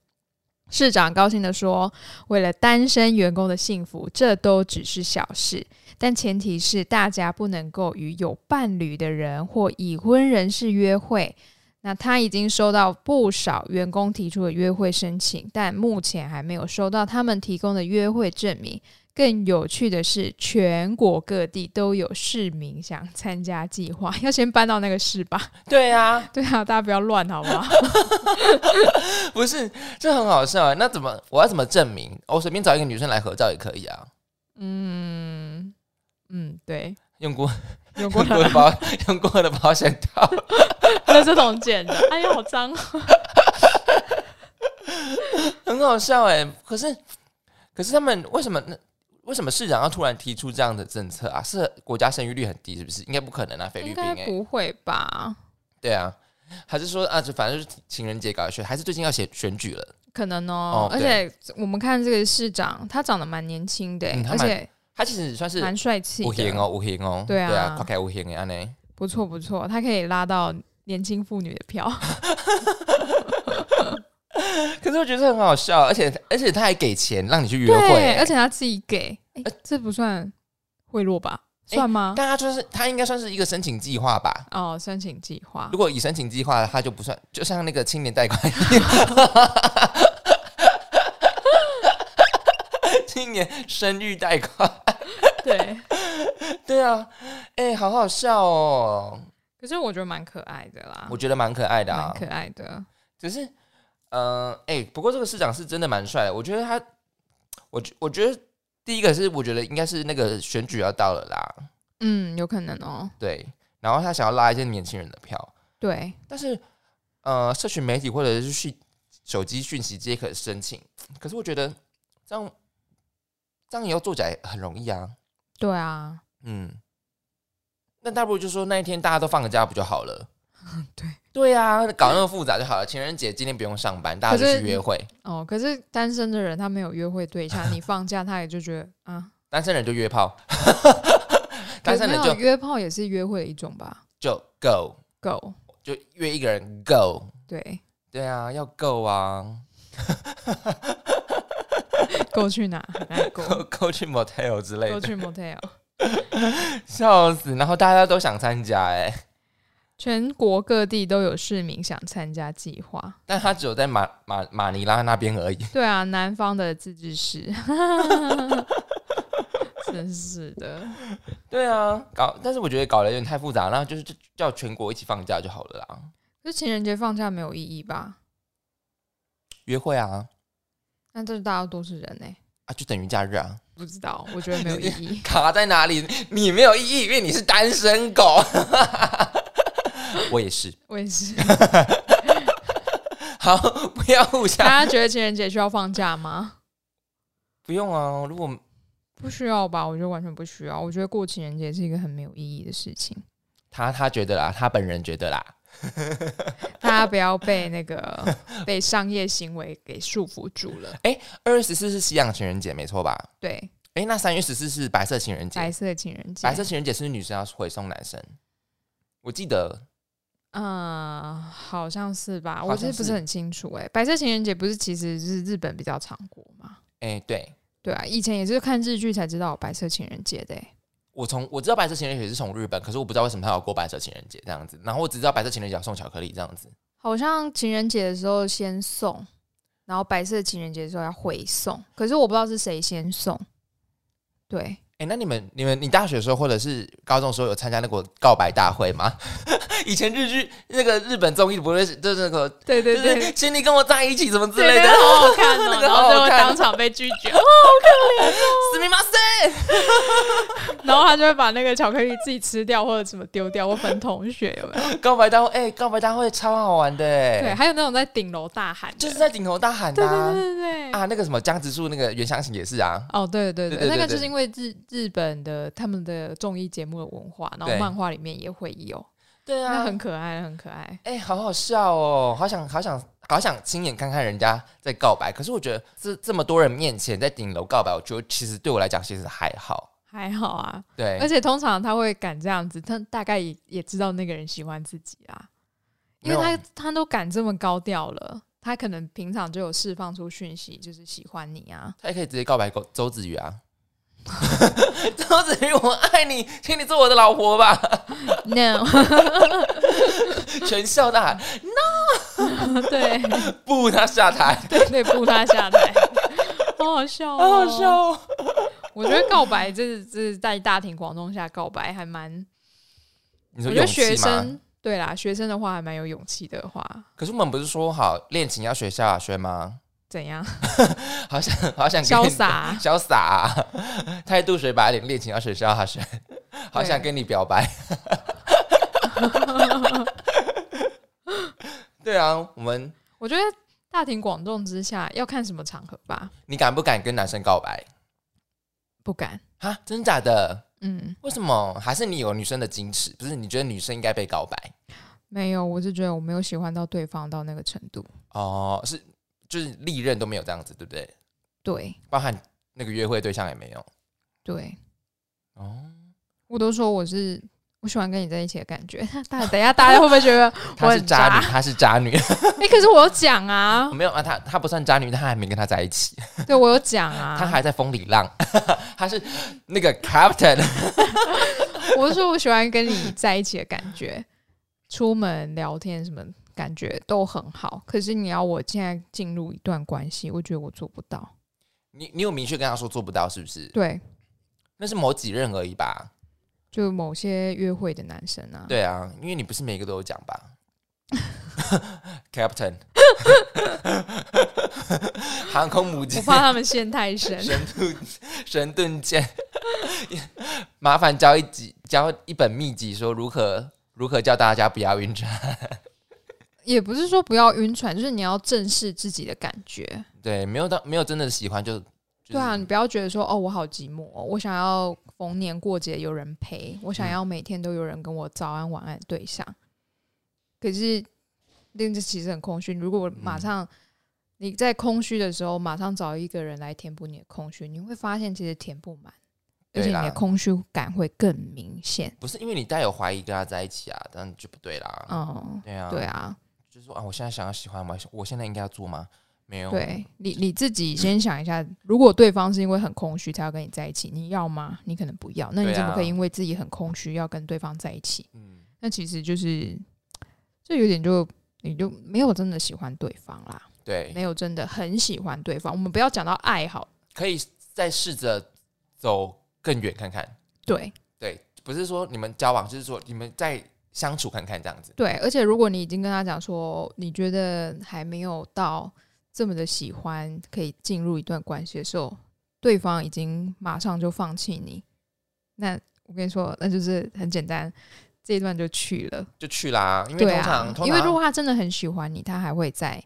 B: 市长高兴地说：“为了单身员工的幸福，这都只是小事，但前提是大家不能够与有伴侣的人或已婚人士约会。”那他已经收到不少员工提出的约会申请，但目前还没有收到他们提供的约会证明。更有趣的是，全国各地都有市民想参加计划， 要先搬到那个市吧？
A: 对啊，
B: 对啊，大家不要乱，好不好？
A: 不是，这很好笑啊。那怎么我要怎么证明？我随便找一个女生来合照也可以啊，
B: 嗯嗯，对，
A: 用过
B: 用过
A: 用过
B: 了
A: 的保 用过的保险套。
B: 那 这种剪的，哎呀，好脏！
A: 很好笑哎、可是，可是他们为什么那为什么市长要突然提出这样的政策啊？是国家生育率很低，是不是？应该不可能啊，菲律
B: 应
A: 宾哎、
B: 该不会吧？
A: 对啊，还是说啊，就反正就是情人节搞一圈，还是最近要选选举了？
B: 可能
A: 哦
B: 哦，而
A: 对
B: 且我们看这个市长，他长得蛮年轻的、
A: 嗯他
B: 而
A: 蛮
B: 且
A: 他其实算是
B: 蛮帅气
A: 无形
B: 的，
A: 哦，无形哦，
B: 对啊
A: 对啊，快开无形的安内。
B: 不错不错，他可以拉到年轻妇女的票。
A: 可是我觉得很好笑，而且而且他还给钱让你去约会、哎欸呃
B: 对，而且他自己给，哎、这不算贿赂吧？
A: 哎
B: 算吗？
A: 大家就是他应该算是一个申请计划吧。
B: 哦，申请计划
A: 如。果以申请计划，他就不算，就像那个青年贷款一样。青年生育贷款，
B: 对，
A: 对啊，哎、好好笑哦，
B: 可是我觉得蛮可爱的啦，
A: 我觉得蛮可爱的啊
B: 啊蛮。可爱的。
A: 只是，嗯、哎、不过这个市长是真的蛮帅的，我觉得他，我觉我觉得第一个是我觉得应该是那个选举要到了啦，
B: 嗯，有可能哦。
A: 对，然后他想要拉一些年轻人的票，
B: 对，
A: 但是呃，社群媒体或者是讯手机讯息皆可申请，可是我觉得这样这样以后作假也很容易啊，
B: 对啊，
A: 嗯，那大不如就说那一天大家都放个假不就好了？
B: 对，
A: 对啊，搞那么复杂就好了。情人节今天不用上班，大家就
B: 可是
A: 去约会，
B: 哦，可是单身的人他没有约会对 象，你放假他也就觉得啊，
A: 单身人就约炮，
B: 可
A: 单
B: 是
A: 身
B: 没
A: 人
B: 有
A: 就
B: 约炮也是约会的一种吧
A: 就 go，
B: ？Go，
A: 就约一个人 go。
B: 对
A: 对啊，要 go 啊
B: ，Go 去哪？哪里
A: ，go
B: ，Go
A: go 去 motel 之类
B: Go
A: 的，
B: 去 motel。
A: 笑死。然后大家都想参加、哎，
B: 全国各地都有市民想参加计划。
A: 但他只有在马马马尼拉那边而已。
B: 对啊，南方的自治市， 真是的。
A: 对啊，搞，但是我觉得搞得有点太复杂，然后就是就叫全国一起放假就好了啦。
B: 就情人节放假没有意义吧？
A: 约会啊
B: 那这大家都是人呢、
A: 啊，就等于假日啊。。
B: 不知道，我觉得没有意义
A: 卡在哪里？你没有意义，因为你是单身狗。 我也是。
B: 我也是，
A: 好，不要互
B: 大
A: 相。
B: 家觉得情人节需要放假吗？
A: 不用啊，如果
B: 不需要吧，我觉得完全不需要。我觉得过情人节是一个很没有意义的事情，
A: 他他觉得啦，他本人觉得啦，
B: 大家不要被那个被商业行为给束缚住了。
A: 二月十四是西洋情人节，没错吧？
B: 对，
A: 诶，那三月十四是白色情人节，
B: 白色情人节，
A: 白色情人节是女生要回送男生，我记得
B: 嗯，好像是吧，我
A: 好
B: 其
A: 像
B: 实不
A: 是
B: 是很清楚哎、白色情人节不是其实是日本比较常过吗？
A: 诶，对
B: 对啊，以前也是看日剧才知道有白色情人节的、欸。
A: 我从我知道白色情人节是从日本，可是我不知道为什么他要过白色情人节这样子，然后我只知道白色情人节要送巧克力这样子，
B: 好像情人节的时候先送，然后白色情人节的时候要回送，可是我不知道是谁先送。对，
A: 哎、那你们、你们、你大学的时候或者是高中的时候有参加那个告白大会吗？ 以前日剧那个日本综艺不会是就是那个
B: 对对
A: 就是请你跟我在一起什么之类
B: 对，
A: 的，
B: 好好看
A: 那
B: 哦，
A: 个
B: 然
A: 好好
B: 后最后
A: 看
B: 当场被拒绝，
A: 死命吗？
B: 然后他就会把那个巧克力自己吃掉，或者什么丢掉，或分同学有没有？
A: 告白大会，哎、告白大会超好玩的、
B: 对，
A: 欸，
B: 还有那种在顶楼大喊的，
A: 就是在顶头大喊
B: 对
A: 的
B: 对
A: 啊、
B: 对对对
A: 啊那个什么江直树那个袁湘琴也是啊，
B: 哦，对对
A: 对对
B: 对，
A: 对
B: 那个
A: 对
B: 就是因为日日本的他们的综艺节目的文化，然后
A: 对
B: 漫画里面也会有，
A: 对
B: 那
A: 啊，
B: 很可爱，很可爱。
A: 哎、好好笑哦，好想好想好想亲眼看看人家在告白，可是我觉得这这么多人面前在顶楼告白，我觉得其实对我来讲其实还好，
B: 还好啊，
A: 对，
B: 而且通常他会敢这样子，他大概也也知道那个人喜欢自己啦，因为
A: 没
B: 他
A: 有
B: 他都敢这么高调了，他可能平常就有释放出讯息，就是喜欢你 啊。
A: 他也可以直接告白周周子瑜啊。 周子瑜，我爱你，请你做我的老婆吧！
B: No，
A: 全校大喊
B: 对
A: 不，他下台，
B: 对对，不他下台， 好好笑、
A: 好好笑。哦。
B: 我觉得告白这这在大庭广众下告白还蛮
A: 你说
B: 我觉
A: 勇
B: 得
A: 气
B: 学
A: 吗？
B: 生对啦，学生的话还蛮有勇气的话，
A: 可是我们不是说好恋情要学萧亚轩吗？
B: 怎 样
A: 好想好想跟你
B: 潇， 洒？
A: 潇洒啊、态度水白领，恋情要学萧亚轩， 好想跟你表白。 对啊，我们
B: 我觉得大庭广众之下要看什么场合吧，
A: 你敢不敢跟男生告白
B: 不敢。
A: 啊？真假的？
B: 嗯，
A: 为什么？还是你有女生的矜持？不是？你觉得女生应该被告白？
B: 没有，我是觉得我没有喜欢到对方到那个程度。
A: 哦，是就是历任都没有这样子，对不对？
B: 对
A: 包含那个约会对象也没有。
B: 对，
A: 哦，
B: 我都说我是我喜欢跟你在一起的感觉。 大等一下大家会不会觉得 我
A: 她是
B: 很
A: 渣女，？她是渣女，
B: 哎、可是我有讲啊，
A: 没有啊，她她不算渣女，她还没跟他在一起，
B: 对我有讲
A: 她
B: 啊，
A: 还在风里浪， 她是那个 captain。
B: 我是说我喜欢跟你在一起的感觉，出门聊天什么感觉都很好。可是你要我现在进入一段关系，我觉得我做不到。
A: 你你有明确跟她说做不到是不是？
B: 对，
A: 那是某几任而已吧？
B: 就某些约会的男生啊，
A: 对啊，因为你不是每个都有讲吧？captain，航空母
B: 我
A: 舰。
B: 怕他们陷太深。
A: 神盾神盾舰，麻烦交一集教一本秘籍，说如何如何叫大家不要晕船。
B: 也不是说不要晕船，就是你要正视自己的感觉。
A: 对，没有到没有真的喜欢就，就是、
B: 对啊，你不要觉得说哦，我好寂寞哦、我想要逢年过节有人陪，我想
A: 嗯
B: 要每天都有人跟我早安晚安对象。可是，那这其实很空虚。如果我马
A: 嗯
B: 上、你在空虚的时候，马上找一个人来填补你的空虚，你会发现其实填不满，而
A: 对
B: 且你的
A: 啦
B: 空虚感会更明显。
A: 不是因为你带有怀疑跟他在一起啊，当然就不对啦。
B: 嗯，
A: 对啊，
B: 对，啊，
A: 就是说啊，我现在想要喜欢吗？我现在应该要做吗？没有，
B: 对你你自己先想一下，如果对方是因为很空虚才要跟你在一起，你要吗？你可能不要，那你
A: 对
B: 怎么可以
A: 啊
B: 因为自己很空虚要跟对方在一起？
A: 嗯，
B: 那其实就是，就有点就你就没有真的喜欢对方啦，
A: 对，
B: 没有真的很喜欢对方。我们不要讲到爱好，
A: 可以再试着走更远看看。
B: 对
A: 对，不是说你们交往，就是说你们再相处看看这样子。
B: 对。而且如果你已经跟他讲说，你觉得还没有到这么的喜欢，可以进入一段关系的时候，对方已经马上就放弃你，那我跟你说，那就是很简单。这一段就去了，
A: 就去啦，因为
B: 对
A: 通常、
B: 啊，
A: 通
B: 因为如
A: 常
B: 果他真的很喜欢你，他还会在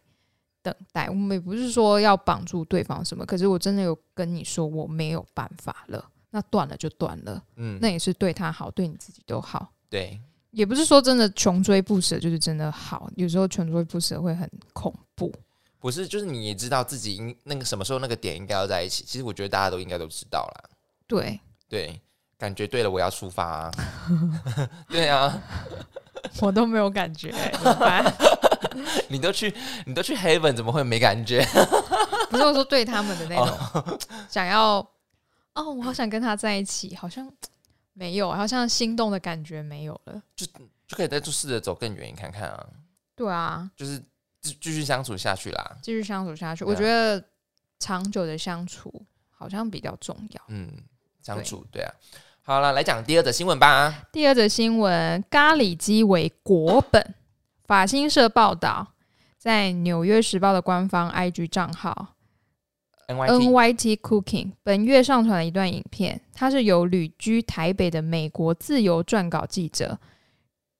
B: 等待。我们也不是说要绑住对方什么，可是我真的有跟你说我没有办法了，那断了就断了，
A: 嗯
B: 那也是对他好，对你自己都好。
A: 对
B: 也不是说真的穷追不舍，就是真的好。有时候穷追不舍会很恐怖，
A: 不是就是你也知道自己应那个什么时候那个点应该要在一起，其实我觉得大家都应该都知道啦。
B: 对
A: 对，感觉对了，我要出发、 啊。对啊，
B: 我都没有感觉、欸怎么办
A: 你都去你都去 Heaven，怎么会没感觉？
B: 不是我说对他们的那种想要哦，我好想跟他在一起，好像没有，好像心动的感觉没有了。
A: 就可以再就试着走更远看看啊，
B: 对啊，
A: 就是继继续相处下去啦。
B: 继续相处下去。
A: 对啊
B: 我觉得长久的相处好像比较重要。
A: 嗯，相处对啊。好了，来讲第二则新闻吧。
B: 第二则新闻：咖喱鸡为国本。法新社报道，在《纽约时报》的官方 IG 账号
A: NYT，
B: NYT Cooking 本月上传了一段影片，它是由旅居台北的美国自由撰稿记者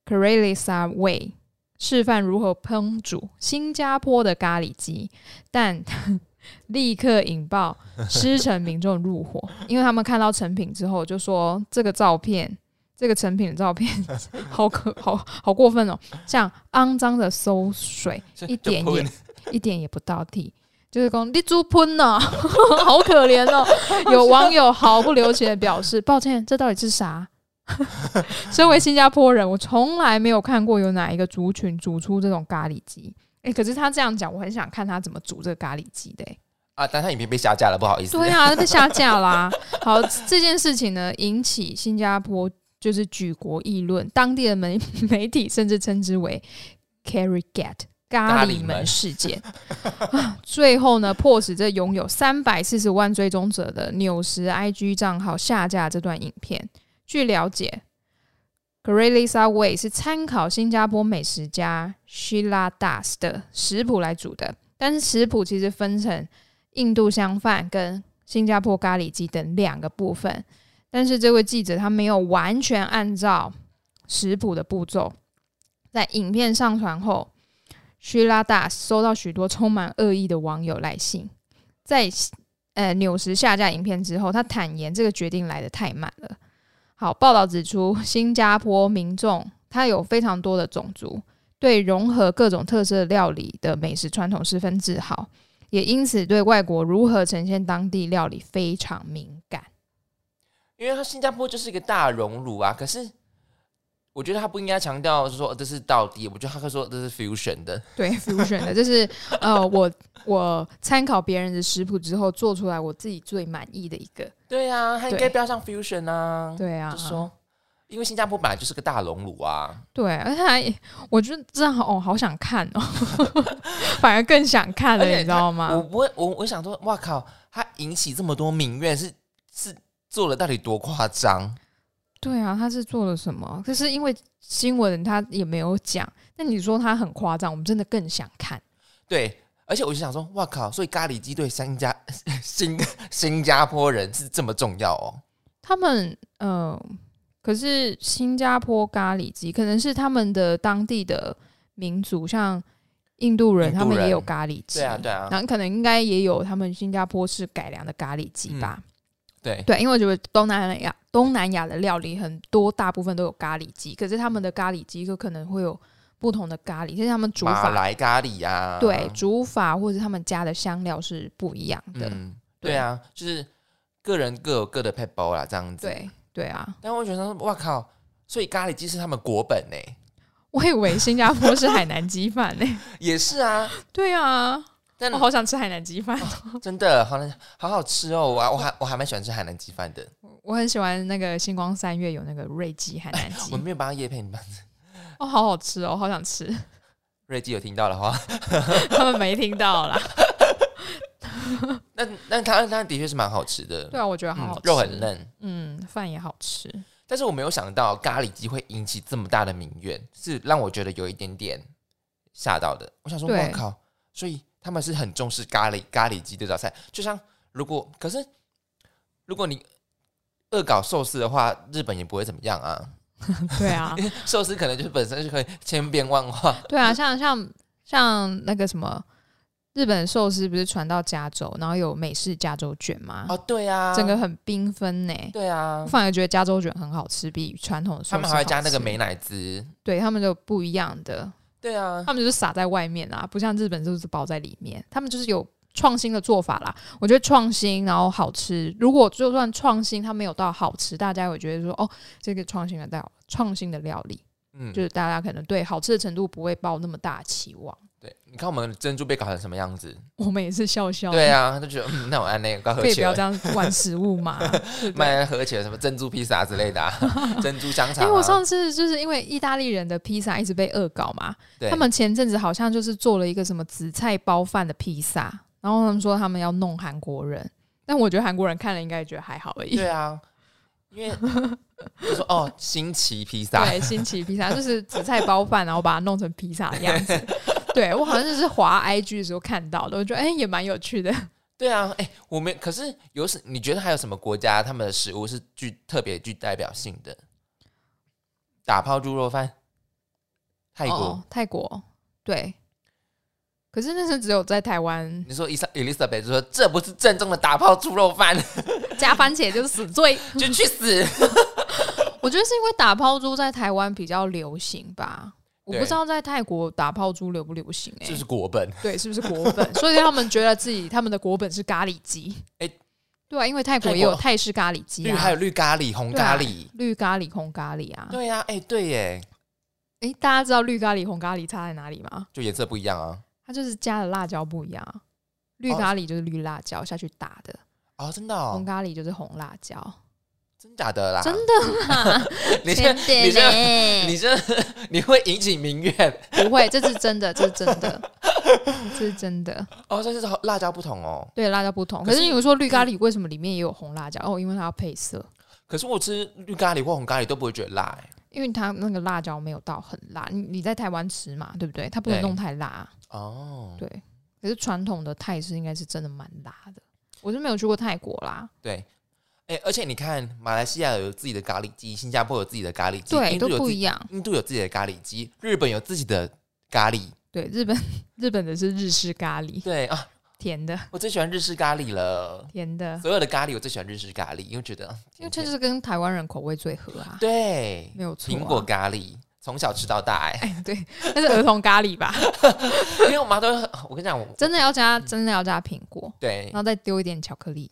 B: c a r e l i s a Wei 示范如何烹煮新加坡的咖喱鸡，但 立刻引爆狮城民众入伙，因为他们看到成品之后就说这个照片。这个成品的照片 好可好好过分哦，像肮脏的馊水，
A: 就
B: 一点
A: 就
B: 也一点也不到地，就是讲你猪喷呢， 好可怜 哦。有网友毫不留情的表示：“抱歉，这到底是啥？” 身为新加坡人，我从来没有看过有哪一个族群煮出这种咖喱鸡。诶，可是他这样讲，我很想看他怎么煮这个咖喱鸡的、欸诶
A: 啊，但他影片被下架了，不好意思。
B: 对啊，被下架啦、好，这件事情呢，引起新加坡就是举国议论，当地的媒 媒体甚至称之为 “carry get” 咖
A: 咖
B: 喱
A: 喱
B: 门
A: 门
B: 事件。啊 最后呢，迫使这拥有三百四十万追踪者的纽时 IG 账号下架这段影片。据了解 g r e l i s a Way 是参考新加坡美食家 Sheila Das 的食谱来煮的，但是食谱其实分成印度香饭跟新加坡咖喱鸡等两个部分。但是这位记者他没有完全按照食谱的步骤，在影片上传后，希拉达收到许多充满恶意的网友来信，在呃纽时下架影片之后，他坦言这个决定来得太慢了。好，报道指出，新加坡民众他有非常多的种族，对融合各种特色料理的美食传统十分自豪，也因此对外国如何呈现当地料理非常敏感。
A: 因为它新加坡就是一个大熔炉啊。可是我觉得他不应该强调说这是到底，我觉得他会说这是 fusion 的，
B: 对 fusion 的，就是呃，我我参考别人的食谱之后做出来我自己最满意的一个。
A: 对啊，他应
B: 对
A: 该标上 fusion 啊，
B: 对啊
A: 就，说。因为新加坡本来就是个大熔炉啊，
B: 对，而且还我觉得这样好、哦、好想看哦， 反而更想看了，
A: 而且
B: 你知道
A: 我
B: 吗？
A: 不会，我我想说，哇靠，他引起这么多民怨是是做了到底多夸张？
B: 对啊，他是做了什么？可是因为新闻他也没有讲，那你说他很夸张，我们真的更想看。
A: 对，而且我就想说，哇靠，所以咖喱鸡对 新加新新加坡人是这么重要哦？
B: 他们呃，可是新加坡咖喱鸡可能是他们的当地的民族，像印度人
A: 印度人
B: 他们也有咖喱鸡，
A: 对啊，对啊，
B: 然后可能应该也有他们新加坡式改良的咖喱鸡吧。
A: 对，
B: 对，因为我觉得东南亚东南亚的料理很多，大部分都有咖喱鸡，可是他们的咖喱鸡就可能会有不同的咖喱，就是他们煮
A: 马
B: 法
A: 来咖喱啊，
B: 对煮法或者他们加的香料是不一样的。
A: 嗯，
B: 对
A: 对啊，就是个人各有各的 p e b l 啦，这样子。
B: 对对啊，
A: 但我觉得，哇靠！所以咖喱鸡是他们国本呢、
B: 我以为新加坡是海南鸡饭呢、
A: 也是啊。
B: 对啊，哦
A: 但
B: 我好想吃海南鸡饭，
A: 真的好难，好好吃哦！我我还我还蛮喜欢吃海南鸡饭的。
B: 我很喜欢那个星光三月有那个瑞记海南 鸡
A: 我，没有帮他叶配，你们
B: 哦，好好吃哦，好想吃，
A: 瑞基有听到的话，
B: 他们没听到啦。
A: 那那它它的确是蛮好吃的，
B: 对啊，我觉得好
A: 嗯
B: 好吃，
A: 肉很，嫩。
B: 嗯，饭也好吃，
A: 但是我没有想到咖喱鸡会引起这么大的民怨，是让我觉得有一点点吓到的。我想说，
B: 对
A: 我靠！所以他们是很重视咖喱咖喱鸡这道菜。就像如果可是如果你恶搞寿司的话，日本也不会怎么样啊。
B: 对啊，
A: 因为寿司可能就是本身就可以千变万化，
B: 对啊，像像像那个什么，日本寿司不是传到加州，然后有美式加州卷吗？
A: 哦，对啊，
B: 整个很缤纷呢。
A: 对啊
B: 我，反而觉得加州卷很好吃，比传统的寿司
A: 他们还会加那个
B: 好吃
A: 美，乃滋，
B: 对他们就不一样的，
A: 对啊，
B: 他们就是撒在外面啊，不像日本就是包在里面，他们就是有创新的做法啦。我觉得创新，然后好吃。如果就算创新，它没有到好吃，大家会觉得说哦，这个创新的料，创新的料理，
A: 嗯，
B: 就是大家可能对好吃的程度不会抱那么大期望。
A: 对，你看我们珍珠被搞成什么样子？
B: 我们也是笑笑，
A: 对啊，他就觉得嗯，那我按那个高
B: 哦可
A: 和
B: 以不
A: 球
B: 要，这样玩食 物嘛？对不对
A: 卖和球什么珍珠披萨之类 的、啊，珍珠香
B: 因
A: 肠、啊。
B: 哎为我上次就是因为意大利人的披萨一直被恶搞嘛，
A: 对
B: 他们前阵子好像就是做了一个什么紫菜包饭的披萨，然后他们说他们要弄韩国人，但我觉得韩国人看了应该也觉得还好而已。
A: 对啊，因为就说哦，新奇披萨，
B: 对，新奇披萨就是紫菜包饭，然后把它弄成披萨的样 子。对我好像就是滑 IG 的时候看到的，我觉得哎、也蛮有趣的。
A: 对啊，哎、我们可是有什？你觉得还有什么国家他们的食物是具特别具代表性的？打泡猪肉饭，泰国，
B: 哦、泰国对，可是那是只有在台湾
A: 你说伊莎 Elizabeth 就说这不是正宗的打泡猪肉 饭，
B: 加番茄就是死罪。
A: 就去死。
B: 哎我觉得是因为打泡猪在台湾比较流行吧，我
A: 对
B: 不知道在泰国打泡猪流不流行哎、
A: 这是国本，
B: 对，是不是国 本？所以他们觉得自己他们的国本是咖喱鸡。
A: 哎
B: 对啊，因为泰国
A: 泰国
B: 也有泰式咖喱鸡
A: 绿还
B: 啊，
A: 有绿咖喱、红
B: 对啊
A: 咖喱，
B: 绿咖喱、红咖喱啊。
A: 对呀、哎、对耶，
B: 哎、大家知道绿咖喱、红咖喱差在哪里吗？
A: 就颜色不一样啊。
B: 它就是加的辣椒不一样啊。绿
A: 哦
B: 咖喱就是绿辣椒下去打的，
A: 哦，真的、
B: 红
A: 哦，
B: 咖喱就是红辣椒。
A: 真假的啦，
B: 真
A: 的啦。你这、你这、你这， 你会引起民怨
B: 不会，这是真的，这是真的，这是真的。
A: 哦。这就是辣椒不同哦。
B: 对，辣椒不同。
A: 可
B: 可
A: 是
B: 是你说绿咖喱为什么里面也有红辣椒？哦，因为它要配色，
A: 可是我吃绿咖喱或红咖喱都不会觉得辣、哎
B: 因为它那个辣椒没有到很辣。你你在台湾吃嘛，对不对？它不能
A: 对
B: 弄太辣。啊
A: 哦，
B: 对，可是传统的泰式应该是真的蛮辣的。我是没有去过泰国啦，
A: 对。哎、而且你看，马来西亚有自己的咖喱鸡，新加坡有自己的咖喱鸡，
B: 对，
A: 印
B: 都
A: 度有
B: 不
A: 自己
B: 一样。
A: 印度有自己的咖喱鸡，日本有自己的咖喱。
B: 对，日本 日本的是日式咖喱，
A: 对啊，
B: 甜的
A: 我最喜欢日式咖喱了。
B: 甜的，
A: 所有的咖喱，我最喜欢日式咖喱，因为觉得嗯
B: 因为这就是跟台湾人口味最合啊。
A: 对
B: 没有错啊
A: 苹果咖喱，从小吃到大、哎，
B: 对，那是儿童咖喱吧？
A: 因为我妈都会，我跟你讲，我
B: 真的要加，真的要加苹果，
A: 对
B: 然后再丢一点巧克力。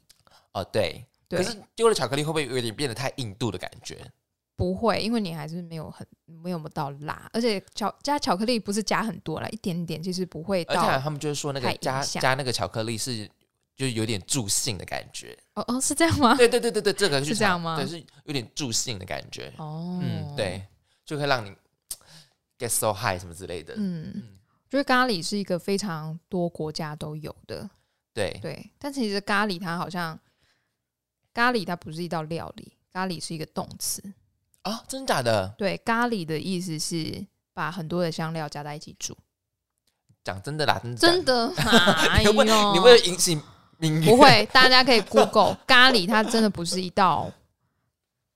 A: 哦对，嗯
B: 对
A: 可是丢了巧克力会不会有点变得太印度的感觉？
B: 不会，因为你还是没有很没有到辣，而且巧加巧克力不是加很多啦，一点点，其实不会
A: 而
B: 到
A: 且他们就是说那个
B: 太影
A: 加
B: 响
A: 加那个巧克力是就是有点助兴的感觉。
B: 哦哦是这样吗？
A: 对对对对对，这个
B: 是
A: 去
B: 这
A: 查
B: 样吗
A: 对，是有点助兴的感觉。
B: 哦，
A: 嗯，，对，就会让你嗯 get so high 什么之类的。
B: 嗯
A: 嗯，
B: 觉得咖喱是一个非常多国家都有的，
A: 对
B: 对，但其实咖喱它好像咖喱它不是一道料理，咖喱是一个动词，
A: 啊，真的假的？
B: 对，咖喱的意思是把很多的香料加在一起煮，讲
A: 讲真的啦，真的假的
B: 真的 吗？哎
A: 你
B: 呦，
A: 会你会引起民怨？
B: 不会，大家可以 Google 咖喱，它真的不是一道，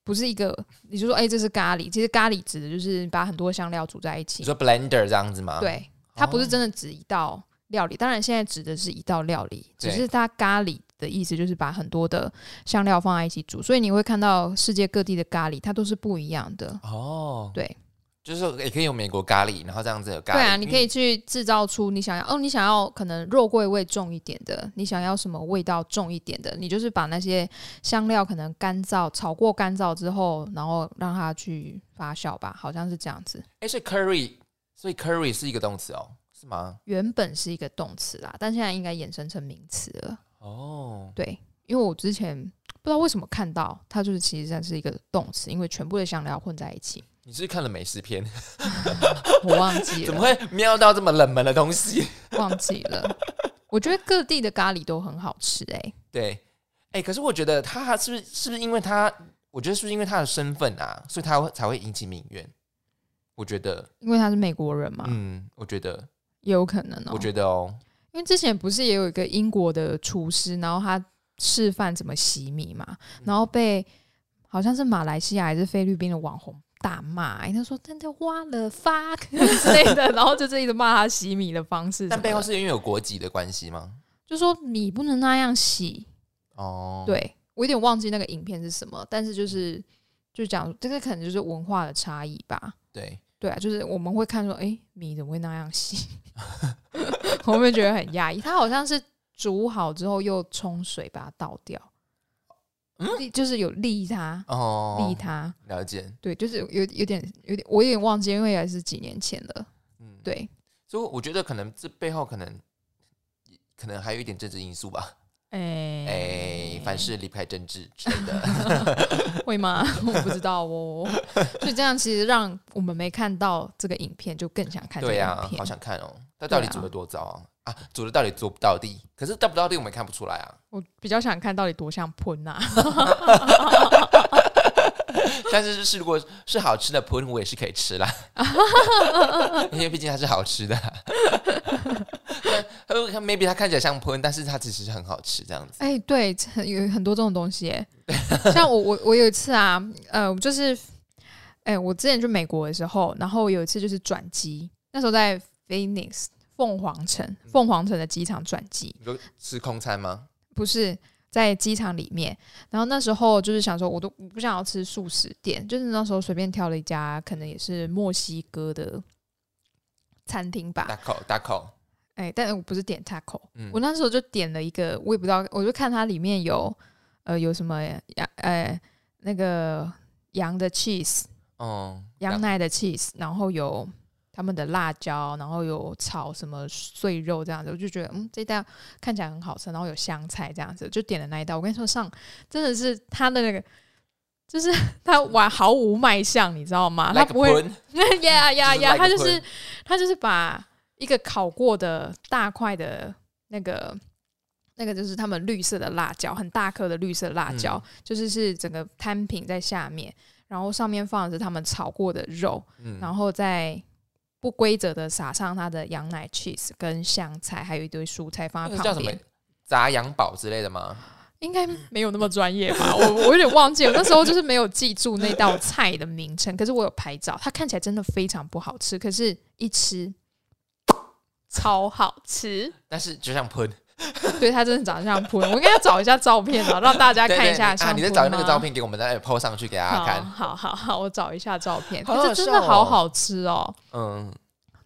B: 不是一个，你就说哎、这是咖喱，其实咖喱指的就是把很多香料煮在一起
A: 你，说 blender 这样子吗？，
B: 对，它不是
A: 哦
B: 真的指一道料理，当然现在指的是一道料理，只
A: 对
B: 是它咖喱的意思就是把很多的香料放在一起煮，所以你会看到世界各地的咖喱，它都是不一样的。
A: 哦，
B: 对，
A: 就是说也可以用美国咖喱，然后这样子有咖喱。嗯
B: 对啊，你可
A: 以
B: 以去制造出你想要哦，你想要可能肉桂味重一点的，你想要什么味道重一点的，你就是把那些香料可能干燥、炒过、干燥之后，然后让它去发酵吧，好像是这样子。
A: 哎，所以 curry，所以 curry 是一个动词哦，是吗？
B: 原本是一个动词啦，但现在应该衍生成名词了。
A: 哦，
B: 对，因为我之前不知道为什么看到它，就是其实它是一个动词，因为全部的香料混在一起，
A: 你是不是看了美食 片，
B: 我忘记
A: 怎么
B: 了，
A: 会瞄到这么冷门的东西？
B: 忘记了。我觉得各地的咖喱都很好吃、哎，
A: 对，哎、可是我觉得他是不是是不是因为他，我觉得是不是因为他的身份啊，所以他会才会引起民怨？我觉得，
B: 因为他是美国人嘛，
A: 嗯，我觉得，
B: 也有可能哦、
A: 我觉
B: 得，
A: 得哦，
B: 因为之前不是也有一个英国的厨师，然后他示范怎么洗米嘛，
A: 嗯
B: 然后被好像是马来西亚还是菲律宾的网红。大骂、哎他说：“真的挖了 fuck 之类的，然后就是一直骂他洗米的方式什么的。
A: 但背后是因为有国籍的关系吗？
B: 就说米不能那样洗，
A: 哦，，
B: 对我有点忘记那个影片是什么，但是就是就讲这个可能就是文化的差异吧。
A: 对，
B: 对啊，就是我们会看说，诶，米怎么会那样细？ 我们会觉得很压抑。它好像是煮好之后又冲水把它倒掉，
A: 嗯
B: 嗯，就是有利它，利
A: 哦，
B: 它。
A: 了解，
B: 对，就是有有点有点，我有点忘记，因为也是几年前了。
A: 嗯，，
B: 对，
A: 所以我觉得可能这背后可能可能还有一点政治因素吧，
B: 哎、
A: 哎、凡事离不开政治之类的。哎
B: 会吗？ 我不知道哦。 所以这样其实让我们没看到这个影片，就更想看这个
A: 对
B: 影
A: 呀、
B: 片。
A: 好想看哦！他到底
B: 对啊
A: 煮的多糟啊？啊，煮的到底做不到地，可是到不到地我们也看不出来 啊。
B: 我比较想看到底多像喷啊！
A: 但是是如果是好吃的 p u 我也是可以吃 啦，因为毕竟它是好吃的 啦。它它 maybe 它看起来像 p u 但是它其实是很好吃这样子。
B: 哎、对，很有很多这种东西耶。像我我我有一次啊，呃，就是，哎、我之前去美国的时候，然后有一次就是转机，那时候在 Phoenix 凤凰城，凤凰城的机场转机，
A: 你说吃空餐吗？
B: 不是在机场里面。然后那时候就是想说，我都不想要吃素食店，就是那时候随便挑了一家，可能也是墨西哥的餐厅吧。
A: 大口大口，
B: 哎、但我不是点 taco，、
A: 嗯
B: 我那时候就点了一个，我也不知道，我就看它里面有呃有什么羊呃那个羊的 cheese，
A: 嗯，
B: 羊奶的 cheese，然后有他们的辣椒，然后有炒什么碎肉这样子，我就觉得嗯，这道看起来很好吃，然后有香菜这样子，就点了那一道。我跟你说，上真的是他的那个，就是 他玩毫无卖相，你知道吗？他
A: like
B: 不会，
A: pun，
B: 呀呀呀，他就
A: 就是是
B: 他就是把一个烤过的大块的那个。那个就是他们绿色的辣椒，很大颗的绿色辣椒，
A: 嗯
B: 就是是整个摊平在下面，然后上面放的是他们炒过的肉，
A: 嗯
B: 然后再不规则的撒上它的羊奶 cheese 跟香菜，还有一堆蔬菜放
A: 那
B: 在
A: 个叫
B: 旁
A: 什么
B: 边。
A: 炸羊堡之类的吗？
B: 应该没有那么专业吧？我我有点忘记了，那时候就是没有记住那道菜的名称，可是我有拍照，它看起来真的非常不好吃，可是一吃超好吃，
A: 但是就像 p u
B: 对，它真的长得像扑。我应该要找一下照片啊，让大家
A: 对
B: 看一
A: 对
B: 下
A: 啊，
B: 像
A: 你再找
B: 扑
A: 那个
B: 吗
A: 照片给我们，再 PO 上去给大家看。
B: 好好好好，我找一下照片，
A: 好
B: 可
A: 好
B: 是真
A: 笑
B: 的好
A: 哦
B: 好吃哦，
A: 嗯，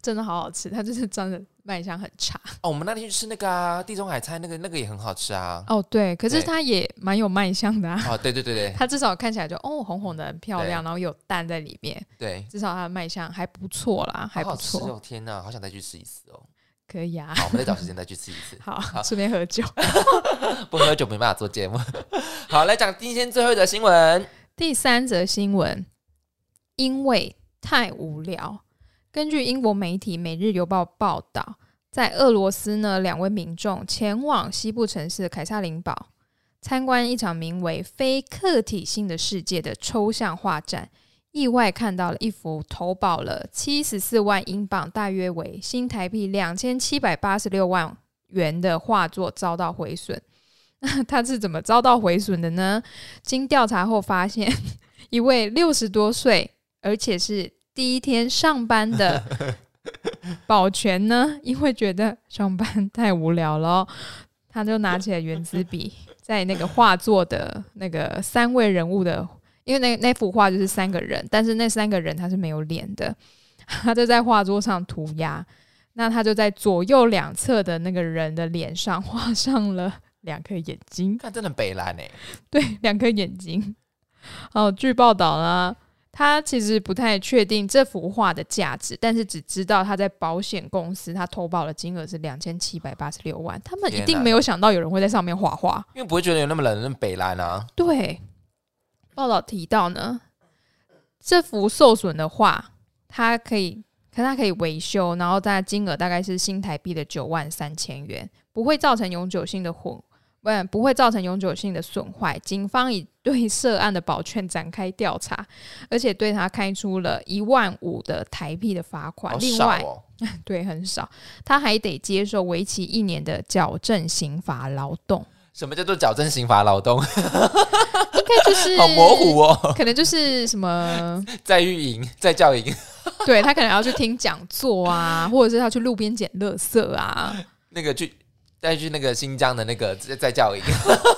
B: 真的好好吃，它就是真的卖相很差。
A: 哦，我们那天去吃那个啊，地中海菜，那个那个也很好吃啊。
B: 哦，对，可是
A: 对
B: 它也蛮有卖相的啊。
A: 哦，对对对对
B: 它至少看起来就哦红红的很漂亮，然后有蛋在里面，
A: 对，
B: 至少它的卖相还不错啦，还
A: 好好
B: 不
A: 吃
B: 错，
A: 哦！天哪，好想再去吃一次 哦。
B: 可以啊。。
A: 好，我们再找时间再去吃一次
B: 好，顺便喝酒。
A: 不喝酒没办法做节目。 好，来讲今天最后一则新闻。
B: 第三则新闻，因为太无聊。根据英国媒体《每日邮报》报道，在俄罗斯呢，两位民众前往西部城市凯撒林堡参观一场名为“非客体性的世界”的抽象画展，意外看到了一幅投保了七十四万英镑（大约为新台币两千七百八十六万元）的画作遭到毁 损。那它是怎么遭到毁损的呢？经调查后发现，一位六十多岁，而且是第一天上班的保全呢，因为觉得上班太无聊了哦，他就拿起了圆珠笔，在那个画作的那个三位人物的，因为那那幅画就是三个人，但是那三个人他是没有脸的，他就在画桌上涂鸦。那他就在左右两侧的那个人的脸上画上了两颗眼睛。
A: 看真的北蓝哎、
B: 对，两颗眼睛。哦，据报道呢，他其实不太确定这幅画的价值，但是只知道他在保险公司他投保的金额是两千七百八十六万。他们一
A: 天
B: 定
A: 哪
B: 没有想到有人会在上面画画。
A: 因为不会觉得有那么冷，那么北蓝啊。
B: 对，报道提到呢，这幅受损的画，它可以，可它可以维修，然后大概金额大概是新台币的九万三千元，不会造成永久性的混，不、不会造成永久性的损坏。警方已对涉案的保全展开调查，而且对他开出了一万五的台币的罚款，
A: 好
B: 另
A: 少
B: 外
A: 哦，
B: 对很少，他还得接受为期一年的矫正刑罚劳动，
A: 什么叫做矫正刑法劳动？
B: 应该就是
A: 好模糊哦，
B: 可能就是什 么，
A: 在育营，在教营，
B: 对他可能要去听讲座啊， 或者是他去路边捡垃圾啊，
A: 那个去再去那个新疆的那个在在教营，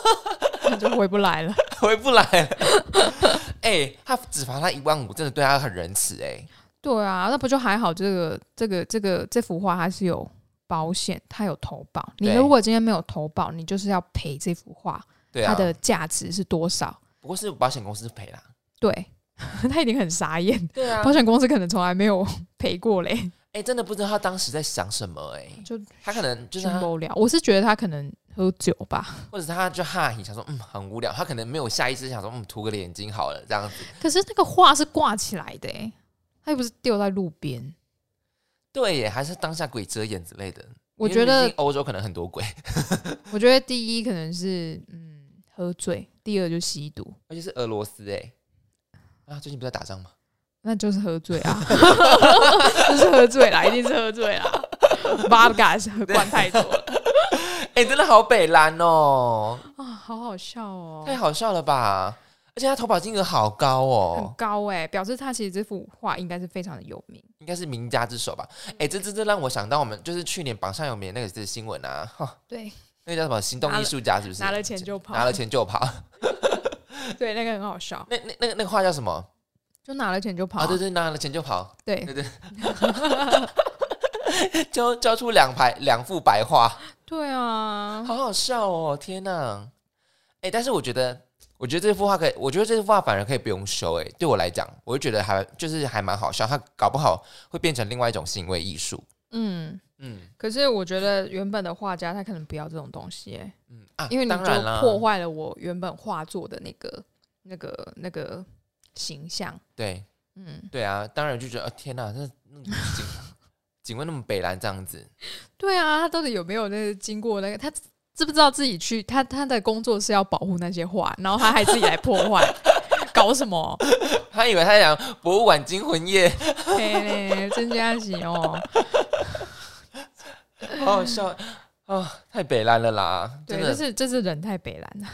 B: 他就回不来了。
A: 回不来 了。哎、他只罚他一万五，真的对他很仁慈哎、
B: 对啊，那不就还好？这个这个这个这幅画它是有保险，它有投保。你
A: 对
B: 如果今天没有投保，你就是要赔这幅画，
A: 对啊
B: 它，的价值是多少？
A: 不过是保险公司赔啦。
B: 对， 他一定很傻眼。
A: 对啊
B: 保险公司可能从来没有赔过 嘞，
A: 哎、真的不知道他当时在想什么哎、
B: 就
A: 他可能就是
B: 全
A: 他，
B: 无聊。我是觉得他可能喝酒吧，
A: 或者是他就哈一想说，嗯，很无聊。他可能没有下意识想说，嗯，涂个眼睛好了这样子。
B: 可是那个画是挂起来的、欸，他又不是丢在路边。
A: 对耶，还是当下鬼遮眼之类的。
B: 我
A: 因
B: 觉
A: 为毕
B: 得
A: 竟欧洲可能很多鬼，
B: 我觉得第一可能是嗯喝醉，第二就吸毒，
A: 而且是俄罗斯哎。啊，最近不是在打仗 吗？
B: 那就是喝醉啊， 就是喝醉啦，一定是喝醉啦。八嘎是灌太多了
A: 哎、真的好北蓝哦，
B: 啊，好好笑哦
A: 太，好笑了吧！而且他投保金额好高
B: 很
A: 哦，
B: 高哎、表示他其实这幅画应该是非常的有名。
A: 应该是名家之首吧？哎、这这这让我想到我们就是去年榜上有名的那个是新闻啊，哈，
B: 对，
A: 那个叫什么行动
B: 拿了
A: 艺术家是不是？
B: 拿了钱就跑，
A: 拿了钱 就跑，
B: 对，那个很好笑，
A: 那那那个那个话叫什么？
B: 就拿了钱就跑，
A: 啊，对对，拿了钱就跑，
B: 对
A: 对交交出两排两副白话，
B: 对啊，
A: 好好笑哦！天哪，哎、但是我觉得，我觉得这幅画可以，我觉得这幅画反而可以不用修。哎，对我来讲，我就觉得还就是还蛮好笑，它搞不好会变成另外一种行为艺术。
B: 嗯。
A: 嗯
B: 可是我觉得原本的画家他可能不要这种东西、欸，
A: 嗯啊，
B: 因为你
A: 当然
B: 就
A: 啦，
B: 破坏了我原本画作的那个、那个、那个形象。
A: 对
B: 嗯，
A: 对啊，当然就觉得、呃天哪，那那个警警卫那么北蓝这样子，
B: 对啊，他到底有没有那个经过那个？他知不知道自己去？他他的工作是要保护那些画，然后他还自己来破坏， 搞什么？
A: 他以为他在讲博物馆惊魂夜，
B: 嘿嘞，真加喜哦！
A: 好 好笑啊、太北蓝了啦！
B: 对，
A: 真
B: 这
A: 的，
B: 是这是人太北蓝了。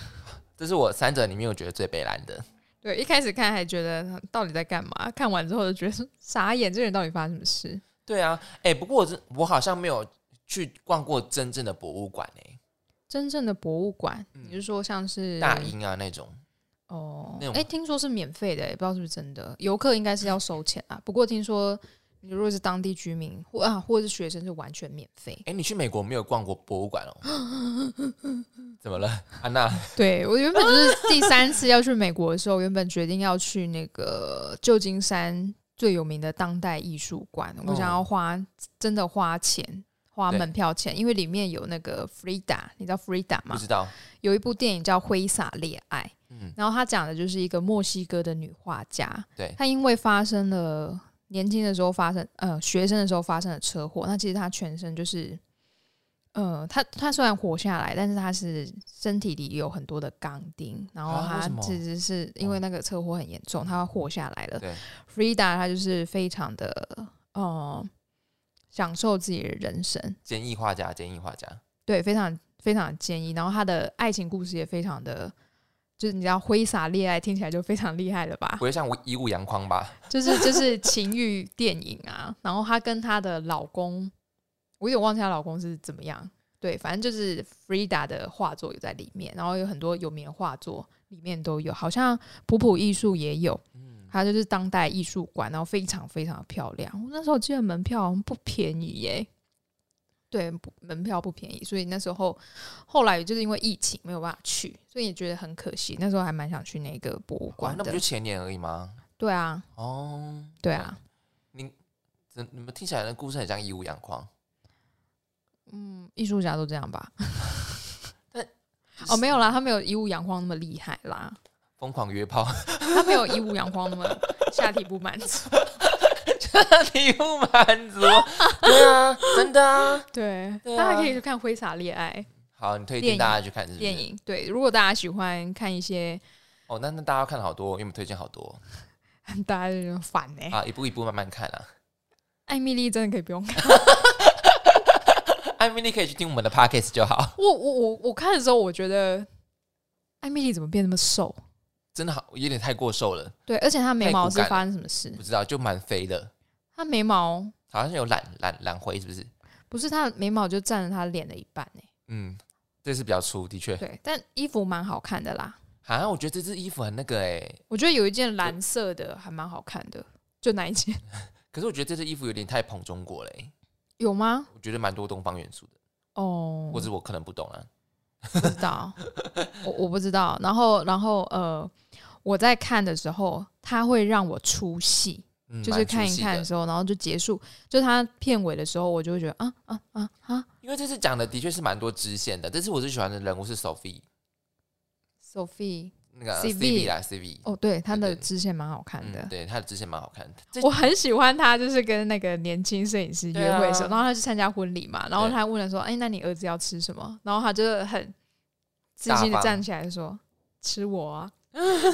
A: 这是我三者里面我觉得最北蓝的。
B: 对，一开始看还觉得他到底在干嘛，看完之后就觉得傻眼，这人到底发生什么事？
A: 对啊，哎、不过我真我好像没有去逛过真正的博物馆哎、
B: 真正的博物馆，
A: 嗯
B: 你是说像是
A: 大英啊那种，
B: 哦，
A: 那种
B: 哎、听说是免费的、也不知道是不是真的。游客应该是要收钱 啊，不过听说你如果是当地居民或啊或者是学生，是完全免费。
A: 哎、你去美国没有逛过博物馆哦？ 怎么了，安娜？
B: 对我 原本就是第三次要去美国的时候，原本决定要去那个旧金山最有名的当代艺术馆，我想要花真的花钱。花
A: 对
B: 门票钱，因为里面有那个 Frida，你知道 Frida
A: 不
B: 吗？
A: 知道，
B: 有一部电影叫《挥洒恋爱》，
A: 嗯，
B: 然后她讲的就是一个墨西哥的女画家，
A: 对，
B: 他因为发生了年轻的时候发生，呃，学生的时候发生了车祸，那其实他全身就是，呃，他他虽然活下来，但是他是身体里有很多的钢钉，然后
A: 啊为
B: 他
A: 什么
B: 其实是因为那个车祸很严重，他活下来了
A: 对。
B: Frida 她就是非常的，呃，享受自己的人生，
A: 坚毅画家，坚毅画家，
B: 对，非常非常坚毅，然后她的爱情故事也非常的就是你知道挥洒恋爱听起来就非常厉害了吧
A: 不？会像我以武扬匡吧？
B: 就是就是情欲电影啊，然后她跟她的老公，我有点忘记她老公是怎么样。对，反正就是 Frida 的画作有在里面，然后有很多有名的画作里面都有，好像普普艺术也有，
A: 嗯，
B: 它就是当代艺术馆，然后非常非常的漂亮。我那时候记得门票好像不便宜耶、对，不门票不便宜，所以那时候后来就是因为疫情没有办法去，所以也觉得很可惜。那时候还蛮想去那个博物
A: 哇
B: 馆，
A: 哦那不
B: 的
A: 就，前年而已吗？
B: 对啊，
A: 哦，
B: 对啊，
A: 这你们听起来的故事很像以武扬匡。
B: 嗯，艺术家都这样吧？
A: 就是
B: 哦，没有啦，他没有一物阳光那么厉害啦，
A: 疯狂约炮，
B: 他没有一物阳光那么下体不满足。
A: 你不满 足？对啊，真的啊。
B: 对，
A: 对啊
B: 大家可以去看《挥洒恋爱》
A: 好，你推
B: 电
A: 荐
B: 影
A: 大家去看是不是
B: 电影。对，如果大家喜欢看一些，
A: 哦，那那大家看了好多，因为我们推荐好多
B: 大家就烦哎、
A: 啊，一步一步慢慢看啊。
B: 艾米丽真的可以不用看。
A: 艾米丽可以去听我们的 podcast 就好，
B: 我我我我看的时候，我觉得艾米丽怎么变那么瘦？
A: 真的好有点太过瘦了，
B: 对，而且她眉毛是
A: 太骨感
B: 发生什么事
A: 不？知道就蛮肥的，
B: 她眉毛
A: 好像有染染染灰是不是？
B: 不是她的眉毛就占了她脸的一半哎、
A: 嗯，这是比较粗，的确。
B: 对，但衣服蛮好看的啦，
A: 啊，我觉得这只衣服很那个哎、
B: 我觉得有一件蓝色的还蛮好看的，就那一件
A: 可是我觉得这只衣服有点太捧中国嘞、
B: 有吗？
A: 我觉得蛮多东方元素的，
B: 哦，
A: 或者我可能不懂啊。
B: 不知道，我我不知道。然后然后呃，我在看的时候，他会让我出戏，
A: 嗯，
B: 就是
A: 蛮出
B: 看一
A: 戏
B: 看
A: 的
B: 的时候，然后就结束。就他片尾的时候，我就会觉得啊啊啊啊
A: 因为这次讲的的确是蛮多支线的，但是我最喜欢的人物是 Sophie，
B: ，Sophie，
A: 那个
B: CV
A: CV 啦，CV，
B: 哦，对，他
A: 对
B: 的
A: 对
B: 支线蛮好看的
A: 嗯，。对，他的支线蛮好看的。这
B: 我很喜欢他，就是跟那个年轻摄影师约会的时
A: 对
B: 候，
A: 啊
B: 然后他去参加婚礼嘛，然后
A: 对
B: 他问了说：“哎、那你儿子要吃什么？”然后他就很自信
A: 大
B: 的
A: 方
B: 站起来说：“吃我 啊！”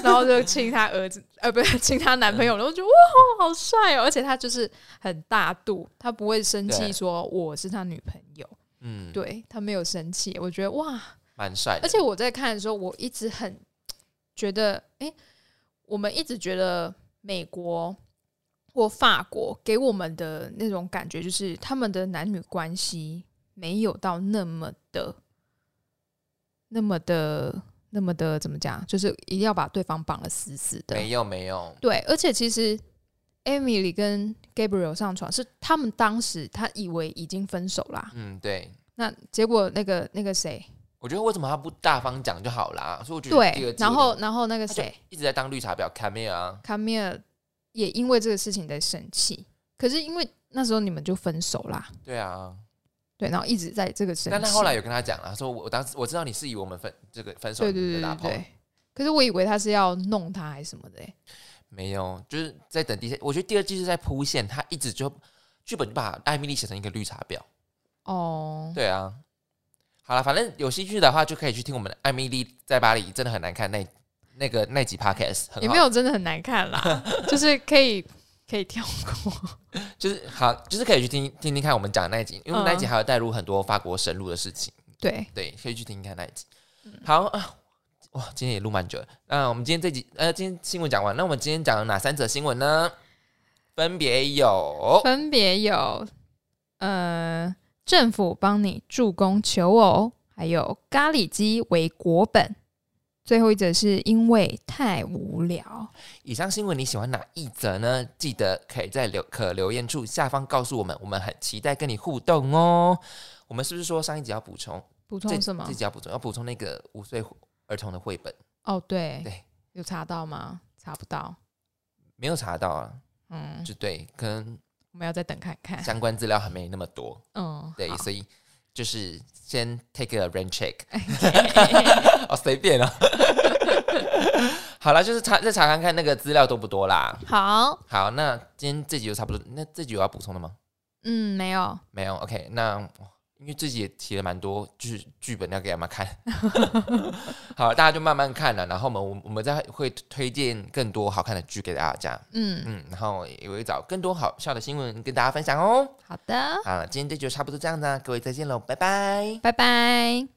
B: 然后就亲他儿子，呃，不是亲他男朋友，然后就哇，好帅哦！而且他就是很大度，他不会生气
A: 对
B: 说我是他女朋友，
A: 嗯，
B: 对他没有生气，我觉得哇，
A: 蛮帅的。
B: 而且我在看的时候，我一直很觉得，诶，我们一直觉得美国或法国给我们的那种感觉，就是他们的男女关系没有到那么的、那么的、那么的怎么讲，就是一定要把对方绑得死死的。
A: 没有没有，
B: 对，而且其实 Emily 跟 Gabriel 上床是他们当时他以为已经分手啦，
A: 嗯，对，
B: 那结果那个那个谁，
A: 我觉得为什么他不大方讲就好啦？所以我觉得第二
B: 对，
A: 季
B: 然
A: 有
B: 后
A: 点
B: 然后那个
A: 他就
B: 谁。
A: 一直在当绿茶婊 c a m i l 啊，
B: 卡米尔也因为这个事情在生气，可是因为那时候你们就分手啦，
A: 对啊，
B: 对，然后一直在这个生气。
A: 但他后来有跟他讲了，他说我我当时我知道你是以我们分这个分手
B: 对
A: 你
B: 对
A: 的
B: 对
A: 打
B: 对
A: 炮，
B: 对，可是我以为他是要弄他还是什么的、欸，
A: 没有，就是在等第三，我觉得第二季是在铺线，他一直就剧本就把艾米丽写成一个绿茶婊，
B: 哦，
A: 对啊，好了，反正有兴趣的话就可以去听我们的艾米丽在巴黎真的很难看那那个那集 podcast，很
B: 也
A: 好
B: 没有真的很难看啦， 就是可以可以跳过，
A: 就是好，就是可以去听听听看我们讲的那一集，因为
B: 嗯
A: 那一集还有带入很多法国深入的事情，
B: 对，
A: 对，可以去听听看那一集。
B: 嗯
A: 好啊，哇，今天也录蛮久了。那我们今天这集呃，今天新闻讲完，那我们今天讲了哪三则新闻呢？分别有
B: 分别有呃政府帮你助攻求偶，还有咖喱鸡为国本。最后一则是因为太无聊，
A: 以上新闻，你喜欢哪一则呢？记得可以在留可留言处下方告诉我们，我们很期待跟你互动哦。我们是不是说上一集要补充？
B: 补
A: 这
B: 充什么？
A: 这集要补充，要补充那个五岁儿童的绘本，
B: 哦，对，
A: 对
B: 有查到吗？查不到，
A: 没有查到啊，
B: 嗯，
A: 就对，可能
B: 我们要再等看看，
A: 相关资料还没那么多，
B: 嗯，
A: 对，
B: 好
A: 所以就是先 take a rain check，
B: OK
A: 哦， 随便啊。好了，就是查再查看看那个资料多不多啦。
B: 好，
A: 好，那今天这集就差不多。那这集有要补充的吗？
B: 嗯，没有，
A: 没有。OK，那哇因为这集也提了蛮多，就是剧本要给他们看。 好，大家就慢慢看了，然后我们我我们再会推荐更多好看的剧给大家。
B: 嗯，
A: 嗯，然后也会找更多好笑的新闻跟大家分享哦。
B: 好的，
A: 好了，今天这集就差不多这样子、啊，各位再见喽，拜拜。
B: 拜拜。